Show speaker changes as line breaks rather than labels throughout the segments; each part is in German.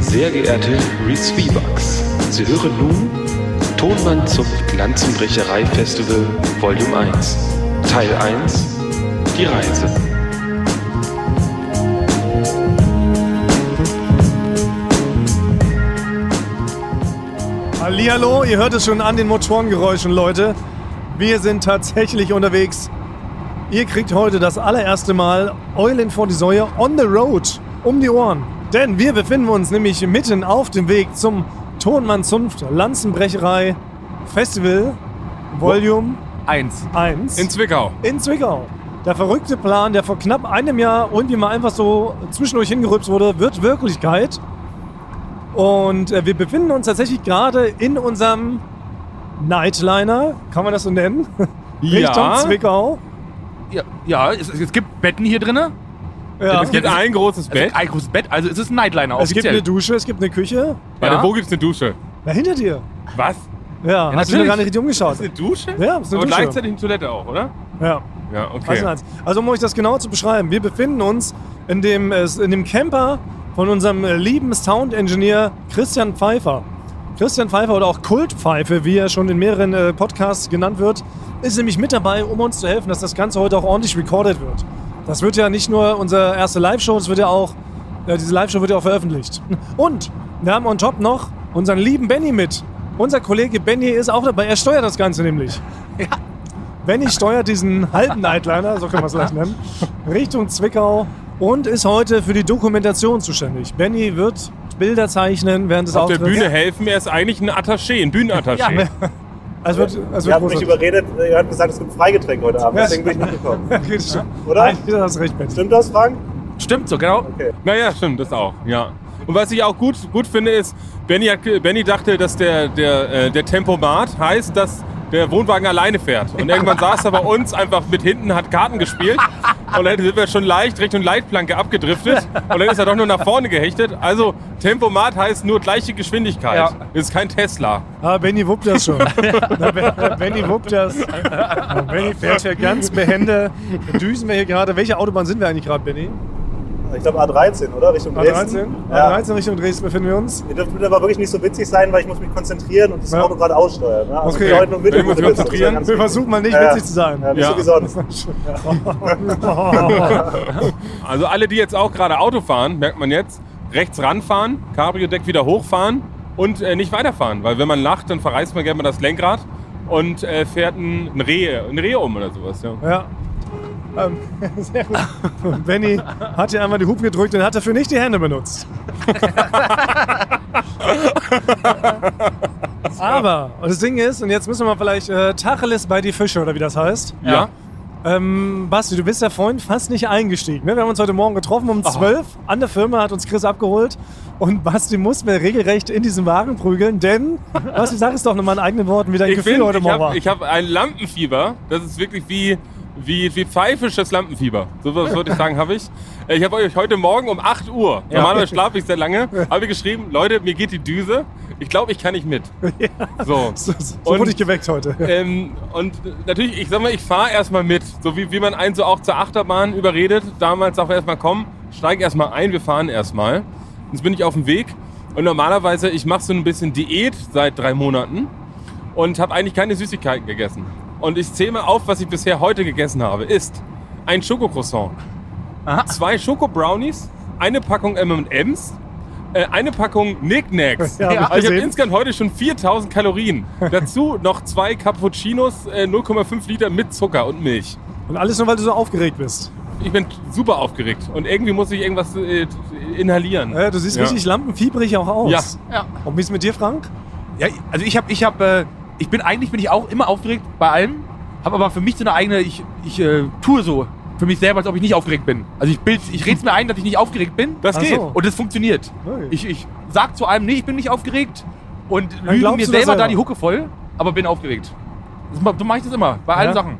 Sehr geehrte Receivax, Sie hören nun Tonmann zum Lanzenbrecherei Festival Volume 1, Teil 1, die Reise.
Hallihallo, ihr hört es schon an den Motorengeräuschen, Leute. Wir sind tatsächlich unterwegs. Ihr kriegt heute das allererste Mal Eulen vor die Säue on the road um die Ohren. Denn wir befinden uns nämlich mitten auf dem Weg zum Tonmann Zunft Lanzenbrecherei Festival Volume
Eins.
1
In Zwickau.
in Zwickau. Der verrückte Plan, der vor knapp einem Jahr irgendwie mal einfach so zwischendurch hingerüpft wurde, wird Wirklichkeit. Und äh, wir befinden uns tatsächlich gerade in unserem Nightliner, kann man das so nennen? Richtung Zwickau.
Ja, ja es, es gibt Betten hier drinnen.
Ja.
Es gibt ein großes
Es
Bett.
gibt ein großes Bett, also es ist ein Nightliner
Es gibt
offiziell.
eine Dusche, es gibt eine Küche.
Warte,
Ja.
wo gibt's eine Dusche?
Na, hinter dir.
Was?
Ja, hast du da
natürlich.
gar nicht richtig umgeschaut.
Eine Dusche?
Ja, es ist eine Dusche.
Aber gleichzeitig eine Toilette auch, oder?
Ja.
Ja,
Also,
okay.
eins. also um euch das genau zu beschreiben, wir befinden uns in dem, äh, in dem Camper von unserem äh, lieben Sound-Engineer Christian Pfeiffer. Christian Pfeiffer oder auch Kultpfeife, wie er schon in mehreren äh, Podcasts genannt wird, ist nämlich mit dabei, um uns zu helfen, dass das Ganze heute auch ordentlich recorded wird. Das wird ja nicht nur unsere erste Live-Show, es wird ja auch, äh, diese Live-Show wird ja auch veröffentlicht. Und wir haben on top noch unseren lieben Benny mit. Unser Kollege Benny ist auch dabei, er steuert das Ganze nämlich. Wenn ich steuert diesen halben Nightliner, so können wir es gleich nennen, Richtung Zwickau und ist heute für die Dokumentation zuständig. Benny wird Bilder zeichnen während des
Auf der
also,
Auftritts.
Bühne helfen, er ist eigentlich ein Attaché, ein Bühnenattaché.
Ja. Also wird, also
Ihr
wird
habt mich
großartig.
überredet, ihr habt gesagt, es gibt Freigetränk heute Abend,
Ja.
deswegen bin ich mitgekommen.
Oder?
Oder?
Nein, du hast recht, Benny.
Stimmt das, Frank?
Stimmt so, genau.
Okay.
Naja, stimmt, das auch, ja. Und was ich auch gut, gut finde, ist, Benny, hat, ge- Benny dachte, dass der, der, äh, der Tempomat heißt, dass der Wohnwagen alleine fährt. Und irgendwann saß er bei uns einfach mit hinten, hat Karten gespielt. Und dann sind wir schon leicht Richtung Leitplanke abgedriftet. Und dann ist er doch nur nach vorne gehechtet. Also, Tempomat heißt nur gleiche Geschwindigkeit.
Ja.
Das ist kein Tesla.
Ah, Benny wuppt das schon. Na, Ben- Benny wuppt das. Na, Benny fährt hier ganz behende. Düsen wir hier gerade. Welche Autobahn sind wir eigentlich gerade, Benny?
Ich glaube A13, oder? Richtung
A13?
Dresden. Ja.
A13 Richtung Dresden befinden wir uns.
Ihr dürft mir aber wirklich nicht so witzig sein, weil ich muss mich konzentrieren und das
Ja.
Auto gerade aussteuern. Ne? Also
Okay.
wir heute nur
Wir müssen
Mittelgute wissen,
konzentrieren.
das ist ja
Wir
ganz wichtig.
versuchen mal nicht
Ja.
witzig zu sein.
Ja, nicht
Ja.
so wie sonst.
Also alle, die jetzt auch gerade Auto fahren, merkt man jetzt, rechts ranfahren, Cabrio-Deck wieder hochfahren und äh, nicht weiterfahren. Weil wenn man lacht, dann verreißt man gerne mal das Lenkrad und äh, fährt ein, ein, Reh, ein Reh um oder sowas. Ja.
Ja. Ähm, sehr gut. Und Benny hat hier einmal die Hupe gedrückt und hat dafür nicht die Hände benutzt. Aber das Ding ist, und jetzt müssen wir mal vielleicht äh, Tacheles bei die Fische oder wie das heißt.
Ja.
Ähm, Basti, du bist ja vorhin fast nicht eingestiegen. Ne? Wir haben uns heute Morgen getroffen um 12 an der Firma, hat uns Chris abgeholt. Und Basti muss mir regelrecht in diesen Wagen prügeln, denn, Basti, sag es doch nochmal in eigenen Worten, wie dein
Ich,
Gefühl
bin-
heute
ich
Morgen war.
habe hab ein Lampenfieber. Das ist wirklich wie, wie, wie pfeifisches Lampenfieber. So was würde ich sagen, habe ich. Äh, Ich habe euch heute Morgen um 8 Uhr, normalerweise schlafe ich sehr lange, habe ich geschrieben, Leute, mir geht die Düse. Ich glaube, ich kann nicht mit. So.
so so
Und-
wurde ich geweckt heute.
Ähm, und natürlich, ich sag mal, ich fahre erstmal mit. So wie, wie man einen so auch zur Achterbahn überredet. Damals sagt man erstmal, komm, steig erstmal ein, wir fahren erstmal. Jetzt bin ich auf dem Weg. Und normalerweise, ich mache so ein bisschen Diät seit drei Monaten und habe eigentlich keine Süßigkeiten gegessen. Und ich zähle mal auf, was ich bisher heute gegessen habe. Ist ein Schokocroissant, zwei Schoko-Brownies, eine Packung M&M's, äh, eine Packung Knickknacks.
Ja, hab ich
also ich habe
gesehen.
insgesamt heute schon 4000 Kalorien. Dazu noch zwei Cappuccinos, äh, 0,5 Liter mit Zucker und Milch.
Und alles nur, weil du so aufgeregt bist.
Ich bin super aufgeregt und irgendwie muss ich irgendwas äh, inhalieren.
Äh, du siehst
Ja.
richtig lampenfiebrig auch aus.
Ja.
Ja.
Und wie ist mit dir, Frank?
ja also ich habe, ich habe, äh, ich bin eigentlich bin ich auch immer aufgeregt bei allem, habe aber für mich so eine eigene, ich, ich äh, tue so für mich selber, als ob ich nicht aufgeregt bin. Also ich bild, ich rede es mir ein, dass ich nicht aufgeregt bin.
Das
Ach
geht.
so.
Und das funktioniert.
Okay.
Ich, ich sag zu allem, nee, ich bin nicht aufgeregt und lüge
glaubst
mir
du das
selber
selber.
da die Hucke voll, aber bin aufgeregt. Das, ma- so mache ich das immer, bei allen
Ja.
Sachen.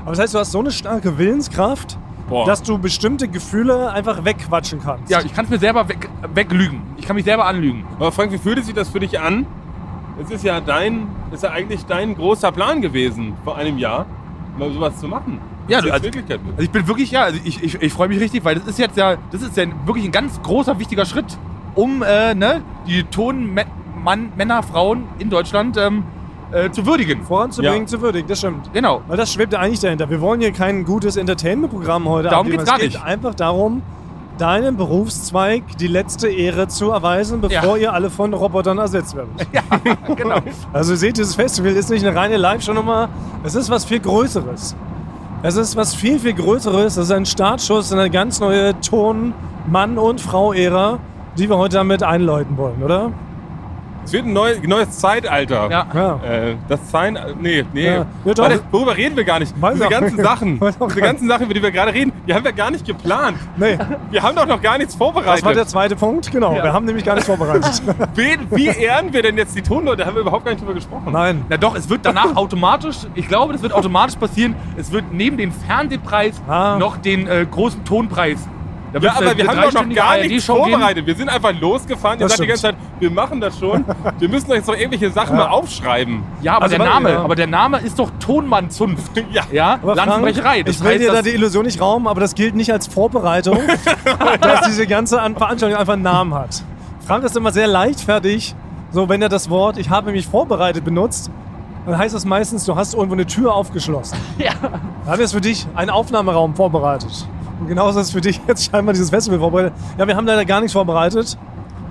Aber das heißt, du hast so eine starke Willenskraft,
Boah.
dass du bestimmte Gefühle einfach wegquatschen kannst.
Ja, ich kann es mir selber weg, weglügen. Ich kann mich selber anlügen.
Aber Frank, wie fühlte sich das für dich an? Es ist ja dein, ist ja eigentlich dein großer Plan gewesen vor einem Jahr, mal sowas zu machen.
Ja,
Das ist
du-
jetzt
also-
Wirklichkeit wird.
Also ich bin wirklich, ja, also ich, ich, ich freue mich richtig, weil das ist jetzt ja, das ist ja wirklich ein ganz großer, wichtiger Schritt. um äh, ne, die Tonmann, Männer, Frauen in Deutschland ähm, äh, zu würdigen.
Voranzubringen,
Ja.
zu würdigen, das stimmt.
Genau.
Weil das schwebt ja eigentlich dahinter. Wir wollen hier kein gutes Entertainment-Programm heute
Darum
abliefern.
geht's gar
Es geht
nicht.
einfach darum, deinem Berufszweig die letzte Ehre zu erweisen, bevor ihr alle von Robotern ersetzt werdet.
Ja, genau.
Also ihr seht, dieses Festival ist nicht eine reine Live-Show-Nummer. Es ist was viel Größeres. Es ist was viel, viel Größeres. Es ist ein Startschuss in eine ganz neue Ton-, Mann- und Frau-Ära, die wir heute damit einläuten wollen, oder?
Es wird ein neu, neues Zeitalter.
Ja.
Ja.
Äh, das Sein. Nee, nee.
Ja. Ja, doch.
Also
Warte, worüber reden wir gar nicht?
Weiß
diese
auch
ganzen
nicht.
Sachen,
Weiß auch
diese
gar
ganzen Sachen, über die wir gerade reden, die haben wir gar nicht geplant.
Nee,
Wir haben doch noch gar nichts
das war der
vorbereitet.
zweite Punkt. Genau,
Ja.
wir haben nämlich gar nichts vorbereitet.
Wen, wie ehren wir denn jetzt die Tonleute? Da haben wir überhaupt gar nicht drüber gesprochen.
Nein.
Na doch, es wird danach automatisch, ich glaube, das wird automatisch passieren, es wird neben dem Fernsehpreis
Ah.
noch den äh, großen Tonpreis. Da
Ja,
wird's äh, eine-
aber wir
eine
haben doch noch
dreistündige
gar
ARD
nichts
Show geben.
vorbereitet. Wir sind einfach losgefahren. Ihr
Das
sagt die ganze Zeit, wir machen das schon. Wir müssen doch jetzt noch irgendwelche Sachen mal aufschreiben.
Ja, aber
Also
der
warte,
Name,
ja.
aber der Name ist doch Tonmann-Zunft.
Ja.
Ja,
Aber
Landesbrecherei.
Frank, ich will dir da die Illusion nicht rauben, aber das gilt nicht als Vorbereitung, dass diese ganze An- Veranstaltung einfach einen Namen hat. Frank ist immer sehr leichtfertig, so wenn er das Wort ich habe mich vorbereitet benutzt, dann heißt das meistens, du hast irgendwo eine Tür aufgeschlossen.
Ja.
Da haben wir jetzt für dich einen Aufnahmeraum vorbereitet. Und genauso ist für dich jetzt scheinbar dieses Festival vorbereitet. Ja, wir haben leider gar nichts vorbereitet,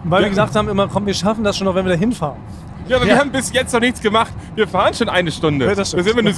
weil wir
Ja.
gedacht haben, immer komm, wir schaffen das schon noch, wenn wir da hinfahren.
Ja, aber
Ja.
wir haben bis jetzt noch nichts gemacht. Wir fahren schon eine Stunde.
Ja,
Wir
das
sind
stimmt.
immer nur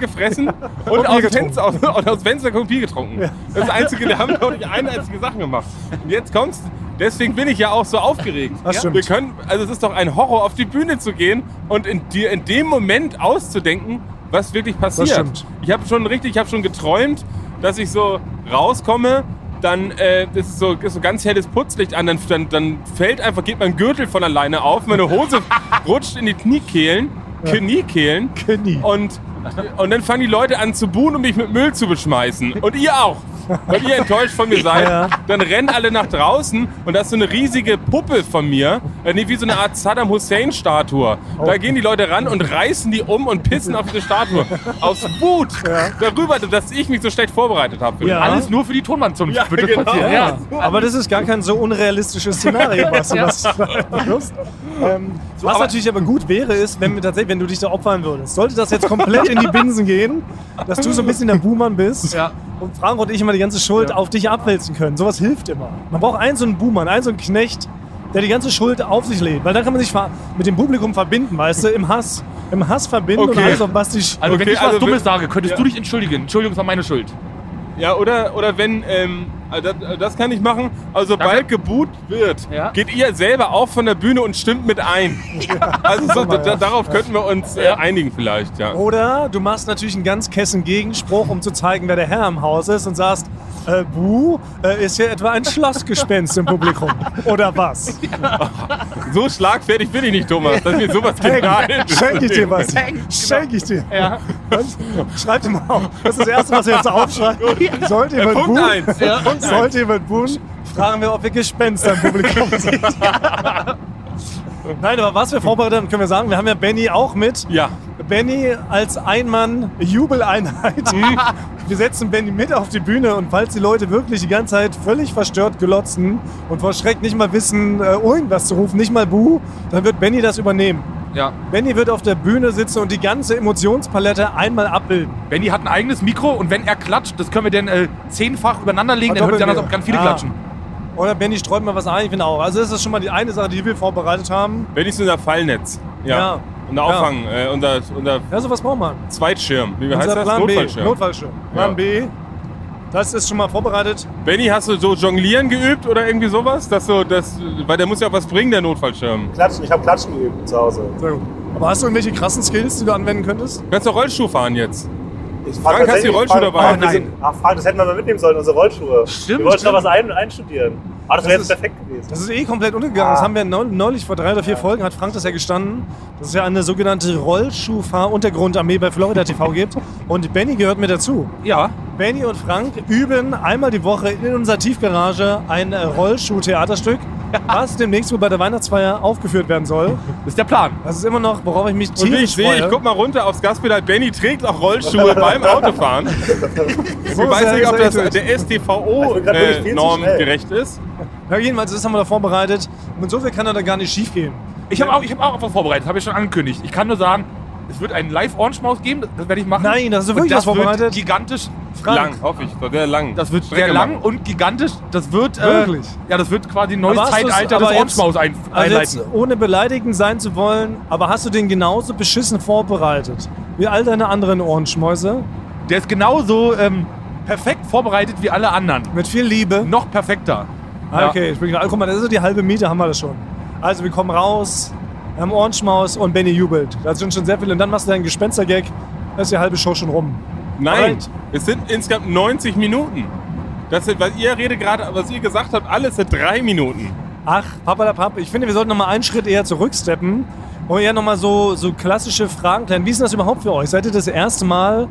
gefressen und,
Bier
aus
getrunken.
Fenster, aus, und aus Fenster kommt Bier getrunken. Das ist das Einzige, wir haben noch nicht eine einzige Sache gemacht. Und jetzt kommst Deswegen bin ich ja auch so aufgeregt.
Das
ja?
stimmt.
Wir können, also es ist doch ein Horror, auf die Bühne zu gehen und in dir in dem Moment auszudenken, was wirklich passiert.
stimmt.
Ich habe schon richtig, ich habe schon geträumt, dass ich so rauskomme, dann äh, ist so ist so ganz helles Putzlicht an, dann, dann, dann fällt einfach geht mein Gürtel von alleine auf, meine Hose rutscht in die Kniekehlen, Kniekehlen
Kenny.
und und dann fangen die Leute an zu buhen und mich mit Müll zu beschmeißen. Und ihr auch. Weil ihr enttäuscht von mir seid.
Ja.
Dann rennen alle nach draußen und da ist so eine riesige Puppe von mir. Äh, nee, wie so eine Art Saddam Hussein-Statue.
Oh.
Da gehen die Leute ran und reißen die um und pissen auf diese Statue. Aus Wut darüber, dass ich mich so schlecht vorbereitet habe.
Ja.
Alles nur für die Tonmann-Zunft
Ja,
wird das
genau.
passieren.
Ja, aber das ist gar kein so unrealistisches Szenario, was du
Ja.
das benutzt. ähm, Was
aber-
natürlich aber gut wäre, ist, wenn, wir tatsächlich, wenn du dich da opfern würdest. Sollte das jetzt komplett in die Binsen gehen, dass du so ein bisschen der Buhmann bist
Ja.
und Frank und ich immer die ganze Schuld auf dich abwälzen können. Sowas hilft immer. Man braucht einen so einen Buhmann, einen so einen Knecht, der die ganze Schuld auf sich lädt. Weil dann kann man sich ver- mit dem Publikum verbinden, weißt du, im Hass. Im Hass verbinden und
Okay.
alles auf was dich...
Also wenn
Okay,
ich was
also wir-
Dummes sage, könntest
Ja.
du dich entschuldigen. Entschuldigung, es war meine Schuld.
Ja, oder, oder wenn, ähm, äh, das, äh, das kann ich machen, also sobald geboot wird,
Ja.
geht ihr selber auch von der Bühne und stimmt mit ein. Also so, da, da- darauf könnten wir uns äh,
Ja.
einigen vielleicht, ja.
Oder du machst natürlich einen ganz kessen Gegenspruch, um zu zeigen, wer der Herr im Haus ist und sagst, äh, Buh, äh, ist hier etwa ein Schlossgespenst im Publikum? Oder was?
So schlagfertig bin ich nicht, Thomas, dass mir sowas knallt.
Schenke ich dir was? Schenke ich dir. Und schreib dir mal auf. Das ist das Erste, was wir jetzt aufschreiben. Sollte jemand
Äh, Punkt
buhen,
eins.
sollte jemand buhen, fragen wir, ob wir Gespenster im Publikum sind. Nein, aber was wir vorbereitet haben, können wir sagen, wir haben ja Benny auch mit.
Ja.
Benny als Einmann-Jubeleinheit.
Mhm.
Wir setzen Benny mit auf die Bühne und falls die Leute wirklich die ganze Zeit völlig verstört gelotzen und vor Schreck nicht mal wissen, äh, irgendwas zu rufen, nicht mal Buh, dann wird Benny das übernehmen.
Ja.
Benny wird auf der Bühne sitzen und die ganze Emotionspalette einmal abbilden.
Benny hat ein eigenes Mikro und wenn er klatscht, das können wir dann äh, zehnfach übereinander legen, dann hört
Verdoppeln wir.
dann, als ob ganz viele
Ah.
klatschen.
Oder Benny streut mal was ein, ich finde auch. Also das ist schon mal die eine Sache, die wir vorbereitet haben.
Wenigstens unser Fallnetz. Ja.
Ja.
Unser
Ja.
Auffang, äh, unser, unser
Ja, sowas braucht man.
Zweitschirm. Wie heißt
Unser
das?
Plan B,
Notfallschirm.
Notfallschirm. Plan
Ja.
B, das ist schon mal vorbereitet.
Benny, hast du so jonglieren geübt oder irgendwie sowas? Dass so, das, weil der muss ja auch was bringen, der Notfallschirm. Du
Klatschen, ich habe Klatschen geübt zu Hause.
Sehr gut. Aber hast du irgendwelche krassen Skills, die du anwenden könntest?
kannst doch Rollschuh fahren jetzt.
Ich
Frank, hast du die Rollschuhe dabei?
Frank,
Oh,
wir sind- Ach, Frank, das hätten wir mal mitnehmen sollen, unsere Rollschuhe.
Stimmt,
Wir wollten
stimmt.
da was ein, einstudieren. Aber das wäre
Das
jetzt perfekt gewesen.
Das ist eh komplett untergegangen. Das haben wir neul- neulich vor drei oder vier Folgen, hat Frank das ja gestanden, dass es ja eine sogenannte Rollschuhfahr-Untergrundarmee bei Florida TV gibt. Und Benny gehört mit dazu.
Ja.
Benny und Frank üben einmal die Woche in unserer Tiefgarage ein äh, Rollschuh-Theaterstück, was demnächst wohl bei der Weihnachtsfeier aufgeführt werden soll.
Das ist der Plan.
Das ist immer noch, worauf ich mich
Und wie
tierisch
ich sehe,
freue.
ich guck mal runter aufs Gaspedal. Benny trägt auch Rollschuhe beim Autofahren. Ich
So
weiß
sehr
nicht, ob
sehr
das
gut.
der Also
äh,
Ich bin grad wirklich viel zu
STVO-Norm
schnell.
Äh, gerecht ist.
Ja, jedenfalls, das haben wir da vorbereitet. Und so viel kann da da gar nicht schief gehen.
Ich habe auch, ich hab auch was vorbereitet, habe ich schon angekündigt. Ich kann nur sagen, es wird einen Live-Orange-Maus geben, das werde ich machen.
Nein, das ist
Und
wirklich
das
was vorbereitet.
Wird gigantisch.
Lang, hoffe ich. Soll der lang.
Das wird
Strecke
sehr lang
machen.
und gigantisch. Das wird. äh,
Wirklich?
Ja, das wird quasi ein neues
Aber hast du's-
Zeitalter des
aber jetzt-
Orange-Maus ein,
Also
einleiten.
jetzt, ohne beleidigend sein zu wollen, aber hast du den genauso beschissen vorbereitet? Wie all deine anderen Ohrenschmäuse?
Der ist genauso ähm, perfekt vorbereitet wie alle anderen.
Mit viel Liebe.
Noch perfekter.
Ah, Okay, ich bin gerade. Guck mal, das ist so die halbe Miete, haben wir das schon. Also, wir kommen raus, wir haben Ohrenschmaus und Benny jubelt. Da sind schon sehr viele. Und dann machst du deinen Gespenstergag, da ist die halbe Show schon rum.
Nein,
Alright.
es sind insgesamt 90 Minuten. Das sind, was ihr redet gerade, was ihr gesagt habt, alles sind drei Minuten.
Ach, pappalapapp. Ich finde, wir sollten noch mal einen Schritt eher zurücksteppen und eher noch mal so, so klassische Fragen klären. Wie ist denn das überhaupt für euch? Seid ihr das erste Mal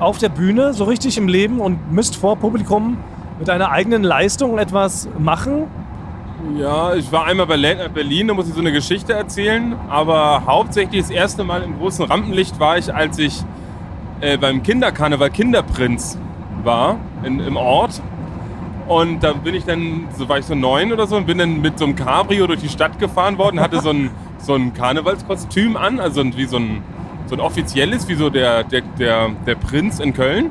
auf der Bühne, so richtig im Leben und müsst vor Publikum mit einer eigenen Leistung etwas machen?
Ja, ich war einmal bei Late Night Berlin, da muss ich so eine Geschichte erzählen. Aber hauptsächlich das erste Mal im großen Rampenlicht war ich, als ich äh, beim Kinderkarneval Kinderprinz war in, im Ort. Und da bin ich dann, so war ich so neun oder so, und bin dann mit so einem Cabrio durch die Stadt gefahren worden, hatte so ein, so ein Karnevalskostüm an, also ein- wie so ein, so ein offizielles, wie so der, der, der, der Prinz in Köln.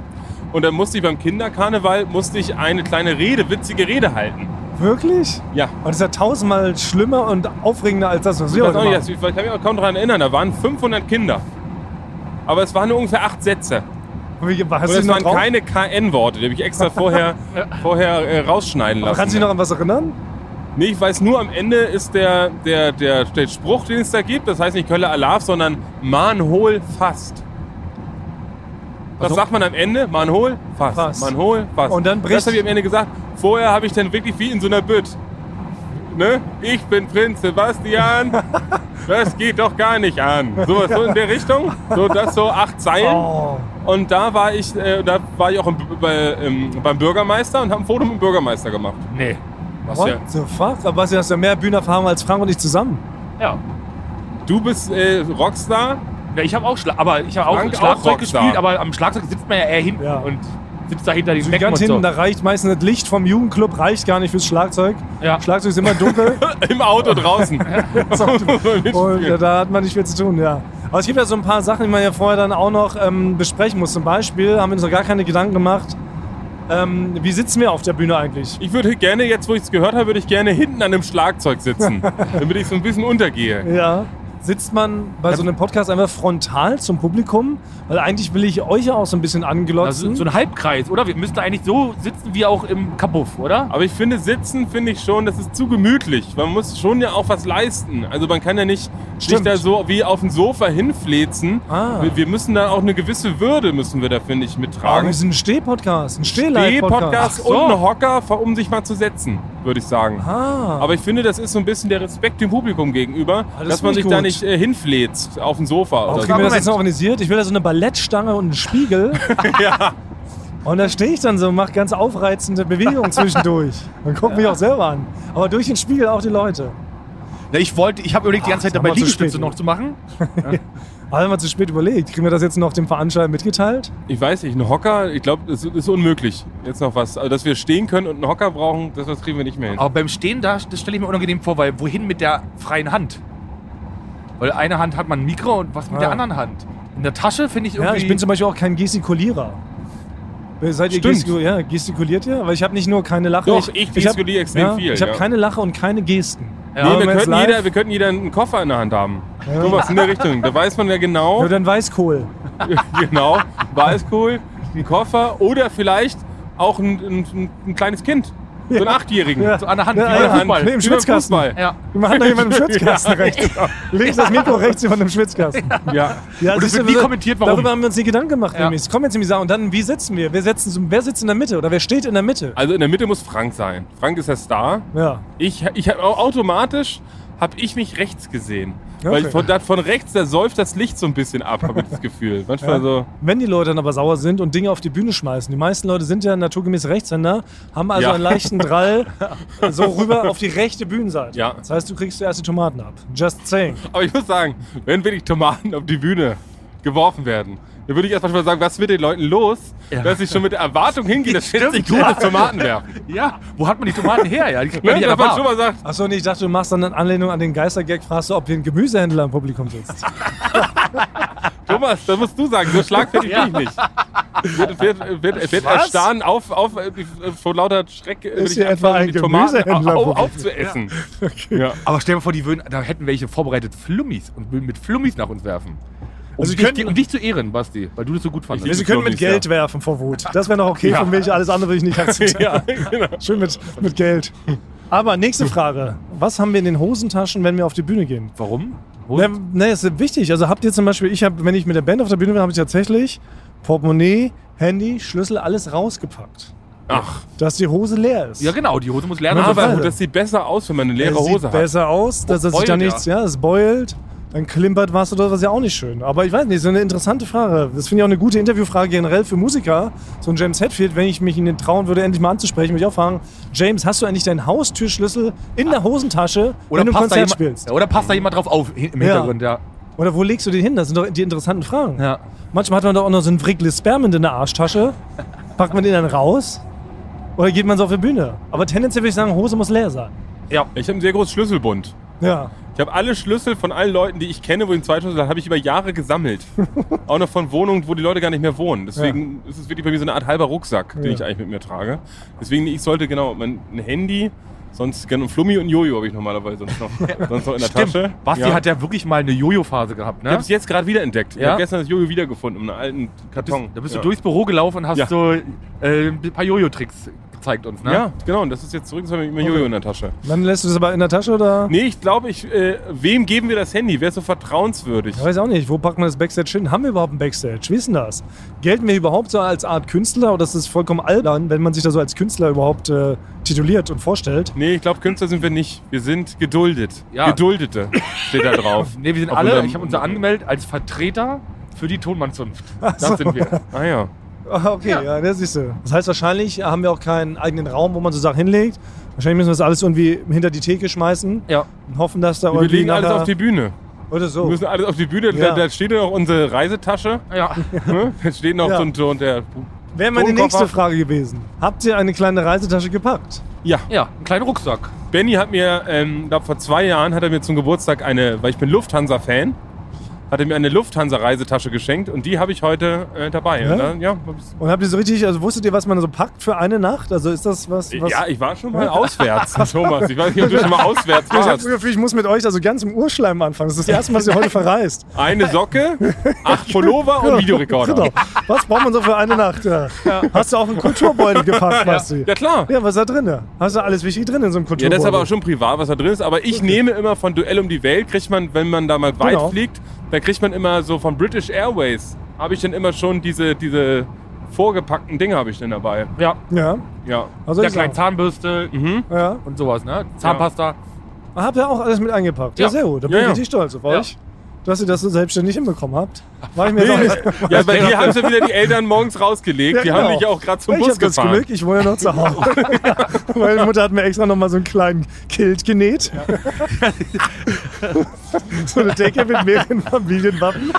Und dann musste ich beim Kinderkarneval, musste ich eine kleine Rede, witzige Rede halten.
Wirklich?
Ja,
Und das ist ja tausendmal schlimmer und aufregender als das, was
Ich
wir
weiß
heute
auch nicht,
machen.
das- ich kann mich auch kaum daran erinnern, da waren 500 Kinder. Aber es waren nur ungefähr acht Sätze.
Und wie- Hast
Und
du
es
dich noch
waren
drauf?
keine KN-Worte, die habe ich extra vorher, vorher äh, rausschneiden lassen.
Kannst du dich noch an was erinnern?
nee, ich weiß nur, am Ende ist der, der, der, der Spruch, den es da gibt, das heißt nicht Kölle Alaf, sondern Manhol fast. Das
Also-
sagt man am Ende, Manhol fast.
Fast.
Manhol fast.
Und dann bricht-
Das habe ich am Ende gesagt. Vorher habe ich dann wirklich wie in so einer Bütt. Ne? Ich bin Prinz Sebastian. Das geht doch gar nicht an. So, so in der Richtung. So, das so acht Zeilen.
Oh.
Und da war ich, äh, da war ich auch im, bei, ähm, beim Bürgermeister und habe ein Foto mit dem Bürgermeister gemacht.
Nee.
Was
What
ja,
the fuck? Aber Basti, du hast ja mehr Bühnenerfahrung als Frank und ich zusammen.
Ja.
du bist äh, Rockstar.
Ja, Ich habe auch, Schla aber ich hab auch
Frank
Schlagzeug
auch Rockstar.
gespielt, aber am Schlagzeug sitzt man ja eher hinten
Ja.
und sitzt da hinter diesen Decken
Ganz
und
hinten, da
so.
reicht meistens das Licht vom Jugendclub, reicht gar nicht fürs Schlagzeug.
Ja.
Schlagzeug ist immer dunkel
Im Auto draußen.
und äh, da hat man nicht viel zu tun, ja. Aber es gibt ja so ein paar Sachen, die man ja vorher dann auch noch ähm, besprechen muss. Zum Beispiel haben wir uns noch gar keine Gedanken gemacht, ähm, wie sitzen wir auf der Bühne eigentlich?
ich würde gerne, jetzt wo ich es gehört habe, würde ich gerne hinten an dem Schlagzeug sitzen, damit ich so ein bisschen untergehe.
Ja. Sitzt man bei so einem Podcast einfach frontal zum Publikum? Weil eigentlich will ich euch ja auch so ein bisschen
Das
anglotzen.
ist Also so ein Halbkreis, oder? Wir müssten eigentlich so sitzen wie auch im Kabuff, oder?
Aber ich finde, sitzen finde ich schon, das ist zu gemütlich. Man muss schon ja auch was leisten. Also man kann ja nicht sich
Stimmt.
da so wie auf dem Sofa hinflezen.
Ah.
Wir, wir müssen da auch eine gewisse Würde müssen wir da, finde ich,
Aber
mittragen.
wir sind ein Steh-Podcast, Ah, ein
D-Podcast
Steh-Live-Podcast.
Ach so.
und ein Hocker, um sich mal zu setzen, würde ich sagen.
Ah.
Aber ich finde, das ist so ein bisschen der Respekt dem Publikum gegenüber,
Ah, das
dass
finde
man sich
ich
da
gut.
nicht äh, hinfläzt auf dem Sofa.
Auch
Oder
kriegen wir
so.
das
Moment.
jetzt noch organisiert? Ich will da so eine Ballettstange und einen Spiegel. Und da stehe ich dann so und mache ganz aufreizende Bewegungen zwischendurch. Und gucke mich auch selber an. Aber durch den Spiegel auch die Leute.
Na, ich wollte, ich habe überlegt, die ganze
Ach,
Zeit
das
dabei
haben wir zu
Liegestütze
spät,
noch
ne?
zu machen.
Aber wenn man zu spät überlegt, kriegen wir das jetzt noch dem Veranstalter mitgeteilt?
Ich weiß nicht, ein Hocker, ich glaube, das ist unmöglich. Jetzt noch was. Also, dass wir stehen können und einen Hocker brauchen, das, das kriegen wir nicht mehr hin.
Aber beim Stehen da, das stelle ich mir unangenehm vor, weil wohin mit der freien Hand? Weil eine Hand hat man ein Mikro und was mit
Ah.
der anderen Hand? In der Tasche finde ich
Ja,
irgendwie.
ich bin zum Beispiel auch kein Gestikulierer. Seid ihr
Stimmt.
gestiku ja, gestikuliert ihr? Weil ich habe nicht nur keine Lache.
Doch, ich
hab-
gestikuliere extrem
ja,
viel,
Ich habe
ja.
keine Lache und keine Gesten.
Ja,
nee,
wenn
wir
man jetzt
könnten,
live-
jeder, wir könnten jeder einen Koffer in der Hand haben. So was in der Richtung. Da weiß man ja genau.
Nur dann Weißkohl.
genau, Weißkohl, ein Koffer oder vielleicht auch ein, ein, ein kleines Kind. So ein
Ja.
Achtjährigen.
Ja.
so an der Hand,
Ja,
wie bei
ja.
Hand.
Fußball.
Nee, im
Wie beim
Schwitzkasten.
Fußball.
Ja.
Wir machen da jemanden im Schwitzkasten rechts. Links das Mikro, rechts jemand im Schwitzkasten.
Ja.
Ja,
Und es
siehst
wird
du,
nie
wir-
kommentiert, warum.
Darüber haben wir uns nie Gedanken gemacht,
Ja.
nämlich. Es kommen jetzt nämlich Sachen. Und dann, wie sitzen wir? Wer, setzen, so- wer sitzt in der Mitte? Oder wer steht in der Mitte?
Also in der Mitte muss Frank sein. Frank ist der Star.
Ja.
Ich, ich hab au- automatisch habe ich mich rechts gesehen. Weil
Okay.
von, da, von rechts, da säuft das Licht so ein bisschen ab, habe ich das Gefühl. Manchmal
Also.
so.
Wenn die Leute dann aber sauer sind und Dinge auf die Bühne schmeißen. Die meisten Leute sind ja naturgemäß Rechtshänder, haben also
Ja.
einen leichten Drall so rüber auf die rechte Bühnenseite.
Ja.
Das heißt, du kriegst zuerst die Tomaten ab. Just saying.
Aber ich muss sagen, wenn will ich Tomaten auf die Bühne? geworfen werden. Da würde ich erst mal sagen, was ist mit den Leuten los,
Ja.
dass sie schon mit der Erwartung hingehen, dass
Stimmt.
jetzt die Tour Tomaten werfen.
Ja, wo hat man die Tomaten her? Ja, die kriegt man
Ne?
nicht
Dass
an der
man
Bar.
schon mal sagt,
Achso, nee, ich dachte, du machst dann in Anlehnung an den Geistergag, fragst du, ob hier ein Gemüsehändler im Publikum sitzt.
Thomas, das musst du sagen, so schlagfertig bin ich nicht. Wird, wird, wird, wird
Was?
erstarren, auf, auf, äh, die- vor lauter Schreck äh, würde
hier etwa
anfangen,
ein Gemüsehändler
au- au-
beruflich?
aufzuessen. Ja.
Aber stell dir vor, die würden, da hätten welche vorbereitet Flummis und würden mit Flummis nach uns werfen. Um,
Also sie
dich,
könnten-
die- um dich zu ehren, Basti, weil du das so gut fandest.
Nee, Sie können mit
Knoblauch,
Geld werfen vor Wut. Das wäre noch okay von mir. Alles andere würde ich nicht akzeptieren.
Ja, genau.
Schön mit, mit Geld. Aber nächste Frage. Was haben wir in den Hosentaschen, wenn wir auf die Bühne gehen?
Warum?
Ne, ne, ist wichtig. Also habt ihr zum Beispiel, ich habe, wenn ich mit der Band auf der Bühne bin, habe ich tatsächlich Portemonnaie, Handy, Schlüssel, alles rausgepackt.
Ach,
Dass die Hose leer ist.
Ja, genau, die Hose muss lernen.
Na,
aber
Fall.
gut, das sieht besser aus, wenn man eine leere
Es
Hose
sieht
hat.
besser aus, dass es sich
beult
da
ja.
nichts, ja, es beult, dann klimpert was oder was ja auch nicht schön. Aber ich weiß nicht, so eine interessante Frage. Das finde ich auch eine gute Interviewfrage generell für Musiker. So ein James Hetfield, wenn ich mich ihnen trauen würde, endlich mal anzusprechen, würde ich auch fragen, James, hast du eigentlich deinen Haustürschlüssel in der Hosentasche,
Ah. oder,
wenn du ein
passt da
Konzert
jemand,
spielst?
ja, oder passt da jemand drauf auf hin- im
Ja.
Hintergrund, ja.
Oder wo legst du den hin? Das sind doch die interessanten Fragen.
Ja.
Manchmal hat man doch auch noch so ein Wrigley Spearmint in der Arschtasche. Packt man den dann raus? Oder geht man so auf die Bühne? Aber tendenziell würde ich sagen, Hose muss leer sein.
Ich habe einen sehr großen Schlüsselbund.
Ja.
Ich habe alle Schlüssel von allen Leuten, die ich kenne, wo ich einen Zweitschlüssel habe, habe ich über Jahre gesammelt. Auch noch von Wohnungen, wo die Leute gar nicht mehr wohnen. Deswegen ist es wirklich bei mir so eine Art halber Rucksack, den
Ja.
ich eigentlich mit mir trage. Deswegen, ich sollte genau mein ein Handy, sonst gerne ein Flummi und Jojo habe ich normalerweise sonst noch, sonst noch in der Tasche.
Basti
ja.
hat ja wirklich mal eine Jojo-Phase gehabt,
Ich
ne?
habe es jetzt gerade wieder entdeckt. Ich
Ja?
habe gestern das Jojo wiedergefunden in einem alten Karton.
da bist
ja.
du durchs Büro gelaufen und hast
Ja.
so äh, ein paar Jojo-Tricks gezeigt uns, ne?
Ja, genau. Und das ist jetzt zurück, das habe ich immer Jojo in der Tasche.
Dann lässt du das aber in der Tasche oder?
Nee, ich glaube, ich, äh, wem geben wir das Handy? Wer ist so vertrauenswürdig?
Ich weiß auch nicht, wo packt man das Backstage hin? Haben wir überhaupt ein Backstage? Wie ist denn das? Gelten wir überhaupt so als Art Künstler oder ist es vollkommen albern, wenn man sich da so als Künstler überhaupt äh, tituliert und vorstellt?
Nee, ich glaube, Künstler sind wir nicht. Wir sind geduldet.
Ja.
Geduldete steht da drauf.
Ne, wir sind
Auf
alle,
unserem-
ich habe uns da angemeldet als Vertreter für die Tonmannzunft. Das
so.
sind wir.
Ah ja.
Ah, Okay, ja,
Ja.
das siehst du. Das heißt, wahrscheinlich haben wir auch keinen eigenen Raum, wo man so Sachen hinlegt. Wahrscheinlich müssen wir das alles irgendwie hinter die Theke schmeißen
Ja.
und hoffen, dass da
Wir
irgendwie
legen alles
nachher-
auf die Bühne.
oder so.
Wir müssen alles auf die Bühne.
Ja.
Da, da steht ja noch unsere Reisetasche.
Ja.
Ne? Da steht noch
Ja.
so ein so ein- der.
Wäre meine
Ohne
nächste
Koffer.
Frage gewesen. Habt ihr eine kleine Reisetasche gepackt?
Ja,
Ja, einen kleinen Rucksack.
Benny hat mir, ähm, glaub, vor zwei Jahren hat er mir zum Geburtstag eine, weil ich bin Lufthansa-Fan, hat er mir eine Lufthansa-Reisetasche geschenkt und die habe ich heute äh, dabei.
Ja?
Ja? Da, ja,
Und habt ihr so richtig, also wusstet ihr, was man so packt für eine Nacht? Also ist das was? was
ja, ich war schon mal auswärts, Thomas. Ich weiß nicht, ob du schon mal auswärts
Ich habe
warst.
das Gefühl, ich muss mit euch also ganz im Urschleim anfangen. Das ist das erste Mal, dass ihr heute verreist.
Eine Socke, acht Pullover und Videorekorder.
Genau. Was braucht man so für eine Nacht? Ja. Hast du auch einen Kulturbeutel gepackt, Basti?
Ja klar.
Ja, was ist da drin? Hast du alles wichtig drin in so einem
Ja,
Kulturbeutel?
das ist aber auch schon privat, was da drin ist. Aber ich nehme immer von Duell um die Welt, kriegt man, wenn man da mal weit
Genau.
fliegt, da kriegt man immer so von British Airways, habe ich dann immer schon diese, diese vorgepackten Dinge habe ich dann dabei.
Ja.
Ja,
Ja.
also
Mit der
ich
kleinen
auch.
Zahnbürste
Ja.
und sowas, ne? Zahnpasta.
Habt ihr auch alles mit eingepackt? Ja,
Ja.
sehr gut. Da bin
Ja,
ich
ja.
richtig stolz auf
Ja.
euch, dass ihr das so selbstständig hinbekommen habt. War ich mir doch nicht.
Ja, bei dir haben sie wieder Also, die Eltern morgens rausgelegt.
Ja,
die
genau.
haben dich auch gerade zum
ich
Bus
hab das
gefahren.
Glück, ich wohne ja noch zu Hause. Meine Mutter hat mir extra noch mal so einen kleinen Kilt genäht. so eine Decke mit mehreren Familienwappen.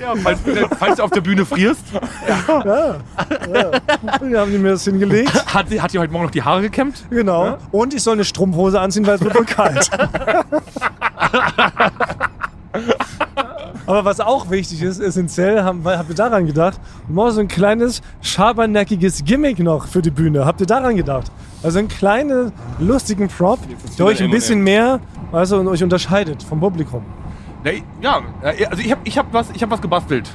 Ja, falls, falls du auf der Bühne frierst.
Und da haben die mir das hingelegt.
Hat sie, hat sie heute Morgen noch die Haare gekämmt?
Genau. Und ich soll eine Strumpfhose anziehen, weil es wird wohl kalt. Aber was auch wichtig ist, essentiell, haben, weil- habt ihr daran gedacht, wir brauchen so ein kleines, schabernackiges Gimmick noch für die Bühne. Habt ihr daran gedacht? Also einen kleinen, lustigen Prop, der euch ein bisschen mehr, weißt du, und euch unterscheidet vom Publikum.
Na, Ja, also ich habe ich hab was, ich hab was gebastelt.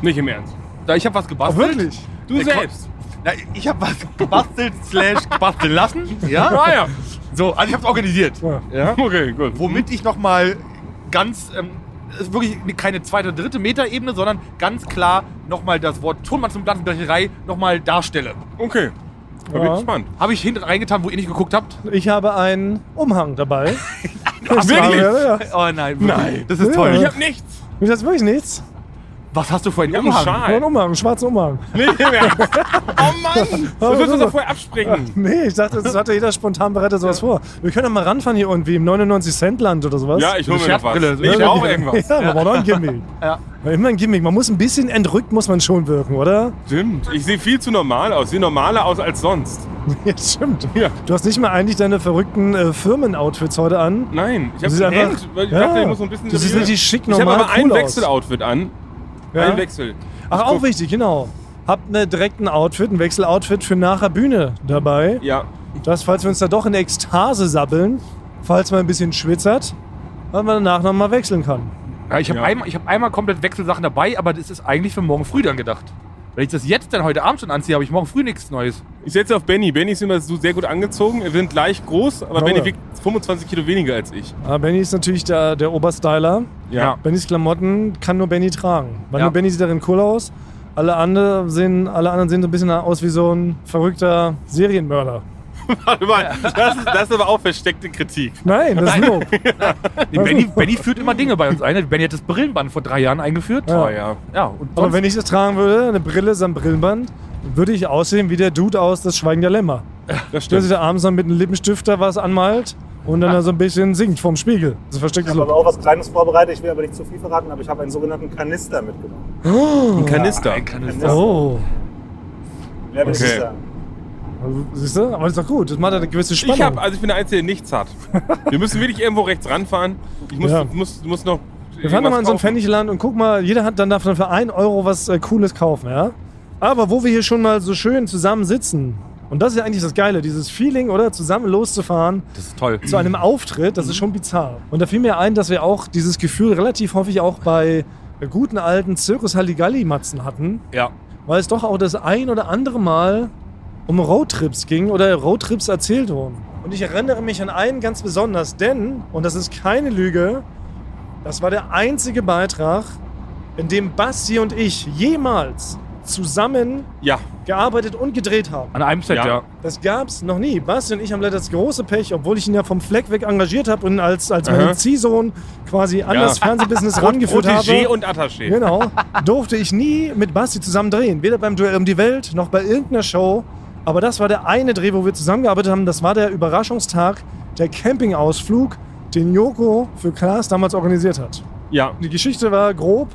Nicht im Ernst.
Da, ich habe was gebastelt.
Du
Äh,
selbst.
Na, ich habe was gebastelt, slash gebasteln lassen. Ja?
Ah ja.
So, also ich habe es organisiert.
Ja.
Okay, gut.
Womit ich nochmal ganz, ähm, es ist wirklich keine zweite, dritte Metaebene, sondern ganz klar nochmal das Wort Tonmann zum Plattenbrecherei nochmal darstelle.
Okay. Da bin
Ja.
ich gespannt.
Habe ich hinten reingetan, wo ihr nicht geguckt habt?
Ich habe einen Umhang dabei. Das war-
wirklich?
Ja, ja.
Oh nein, wirklich.
Nein.
Das ist
Ja.
toll.
Ich habe nichts.
Ist das wirklich nichts?
Was hast du vorhin
Ich hab einen
gemacht?
Nur ein
Schal.
Umhang, einen schwarzen Umhang.
Nee, im Ernst. oh Mann! Du wirst uns doch vorher abspringen.
Nee, ich dachte, das hatte jeder spontan bereitet sowas vor. Wir können doch mal ranfahren hier irgendwie im 99-Cent-Land oder sowas.
Ja, ich hol mir
Eine
noch was.
Scherzbrille.
Ich
Ja.
brauche irgendwas.
Ja, man braucht auch ein Gimmick.
Ja.
Immer ein Gimmick. Man muss ein bisschen entrückt, muss man schon wirken, oder?
Stimmt. Ich sehe viel zu normal aus. Ich sehe normaler aus als sonst.
Ja, stimmt.
Ja.
Du hast nicht mal eigentlich deine verrückten äh, Firmen-Outfits heute an.
Nein, ich
Das
habe
ist
ein
einfach-
Hemd, weil ich
Ja.
dachte, ich muss so ein bisschen...
Das ist richtig schick,
Ich habe
normal,
aber ein
cool aus.
Wechseloutfit an.
Ja.
Ein Wechsel.
Ach, auch wichtig, genau. Habt ne, direkt ein Outfit, ein Wechseloutfit für nachher Bühne dabei.
Ja.
Das, falls wir uns da doch in Ekstase sabbeln, falls man ein bisschen schwitzert, dass man danach nochmal wechseln kann.
Ja, ich habe
Ja.
einmal, ich hab einmal komplett Wechselsachen dabei, aber das ist eigentlich für morgen früh dann gedacht. Wenn ich das jetzt dann heute Abend schon anziehe, habe ich morgen früh nichts Neues.
Ich setze auf Benny. Benny ist immer so sehr gut angezogen. Wir sind gleich groß, aber
Jawohl.
Benny wiegt 25 Kilo weniger als ich.
Aber Ah, Benny ist natürlich der, der Oberstyler.
Ja.
Bennys Klamotten kann nur Benny tragen. Weil
Ja.
nur Benny sieht darin cool aus. Alle, andere sehen, alle anderen sehen so ein bisschen aus wie so ein verrückter Serienmörder.
Warte mal, das ist, das ist aber auch versteckte Kritik.
Nein, das ist Lob.
Nee, Benny, Benny führt immer Dinge bei uns ein. Benny hat das Brillenband vor drei Jahren eingeführt.
Ja.
Oh ja.
Ja, und
Aber
sonst,
wenn ich das tragen würde, eine Brille samt Brillenband, würde ich aussehen wie der Dude aus Das Schweigen der Lämmer.
Das
Der
stimmt.
sich da abends dann mit einem Lippenstifter was anmalt und dann da so ein bisschen singt vorm Spiegel. Das ist verstecktes
Ich habe aber
Lob.
auch was Kleines vorbereitet. Ich will aber nicht zu viel verraten, aber ich habe einen sogenannten Kanister mitgenommen.
Ein Kanister.
Ein Kanister.
das-
Oh,
Mehr will ich
Okay.
nicht sagen.
Also, siehst du? Aber das ist doch gut. Das macht ja eine gewisse Spannung.
Ich hab, also ich bin der Einzige, der nichts hat. Wir müssen wirklich irgendwo rechts ranfahren. Ich muss,
Ja.
muss, muss noch.
Wir fahren doch mal in so ein
irgendwas kaufen.
Pfennigland und guck mal, jeder hat dann davon für 1 Euro was äh, Cooles kaufen, ja? Aber wo wir hier schon mal so schön zusammen sitzen, und das ist ja eigentlich das Geile, dieses Feeling, oder? Zusammen loszufahren
das ist toll.
zu einem Auftritt, das ist schon bizarr. Und da fiel mir ein, dass wir auch dieses Gefühl relativ häufig auch bei äh, guten alten Circus Halligalli-Matzen hatten,
Ja.
weil es doch auch das ein oder andere Mal um Roadtrips ging oder Roadtrips erzählt wurden. Und ich erinnere mich an einen ganz besonders, denn, und das ist keine Lüge, das war der einzige Beitrag, in dem Basti und ich jemals zusammen
Ja,
gearbeitet und gedreht haben.
An einem Set,
Ja.
ja.
Das gab's noch nie. Basti und ich haben leider das große Pech, obwohl ich ihn ja vom Fleck weg engagiert habe und als, als meinen
Aha.
Ziehsohn quasi an das Fernsehbusiness rangeführt
Protégé
habe.
und Attaché.
Genau. Durfte ich nie mit Basti zusammen drehen. Weder beim Duell um die Welt noch bei irgendeiner Show. Aber das war der eine Dreh, wo wir zusammengearbeitet haben. Das war der Überraschungstag, der Campingausflug, den Joko für Klaas damals organisiert hat.
Ja,
Die Geschichte war grob.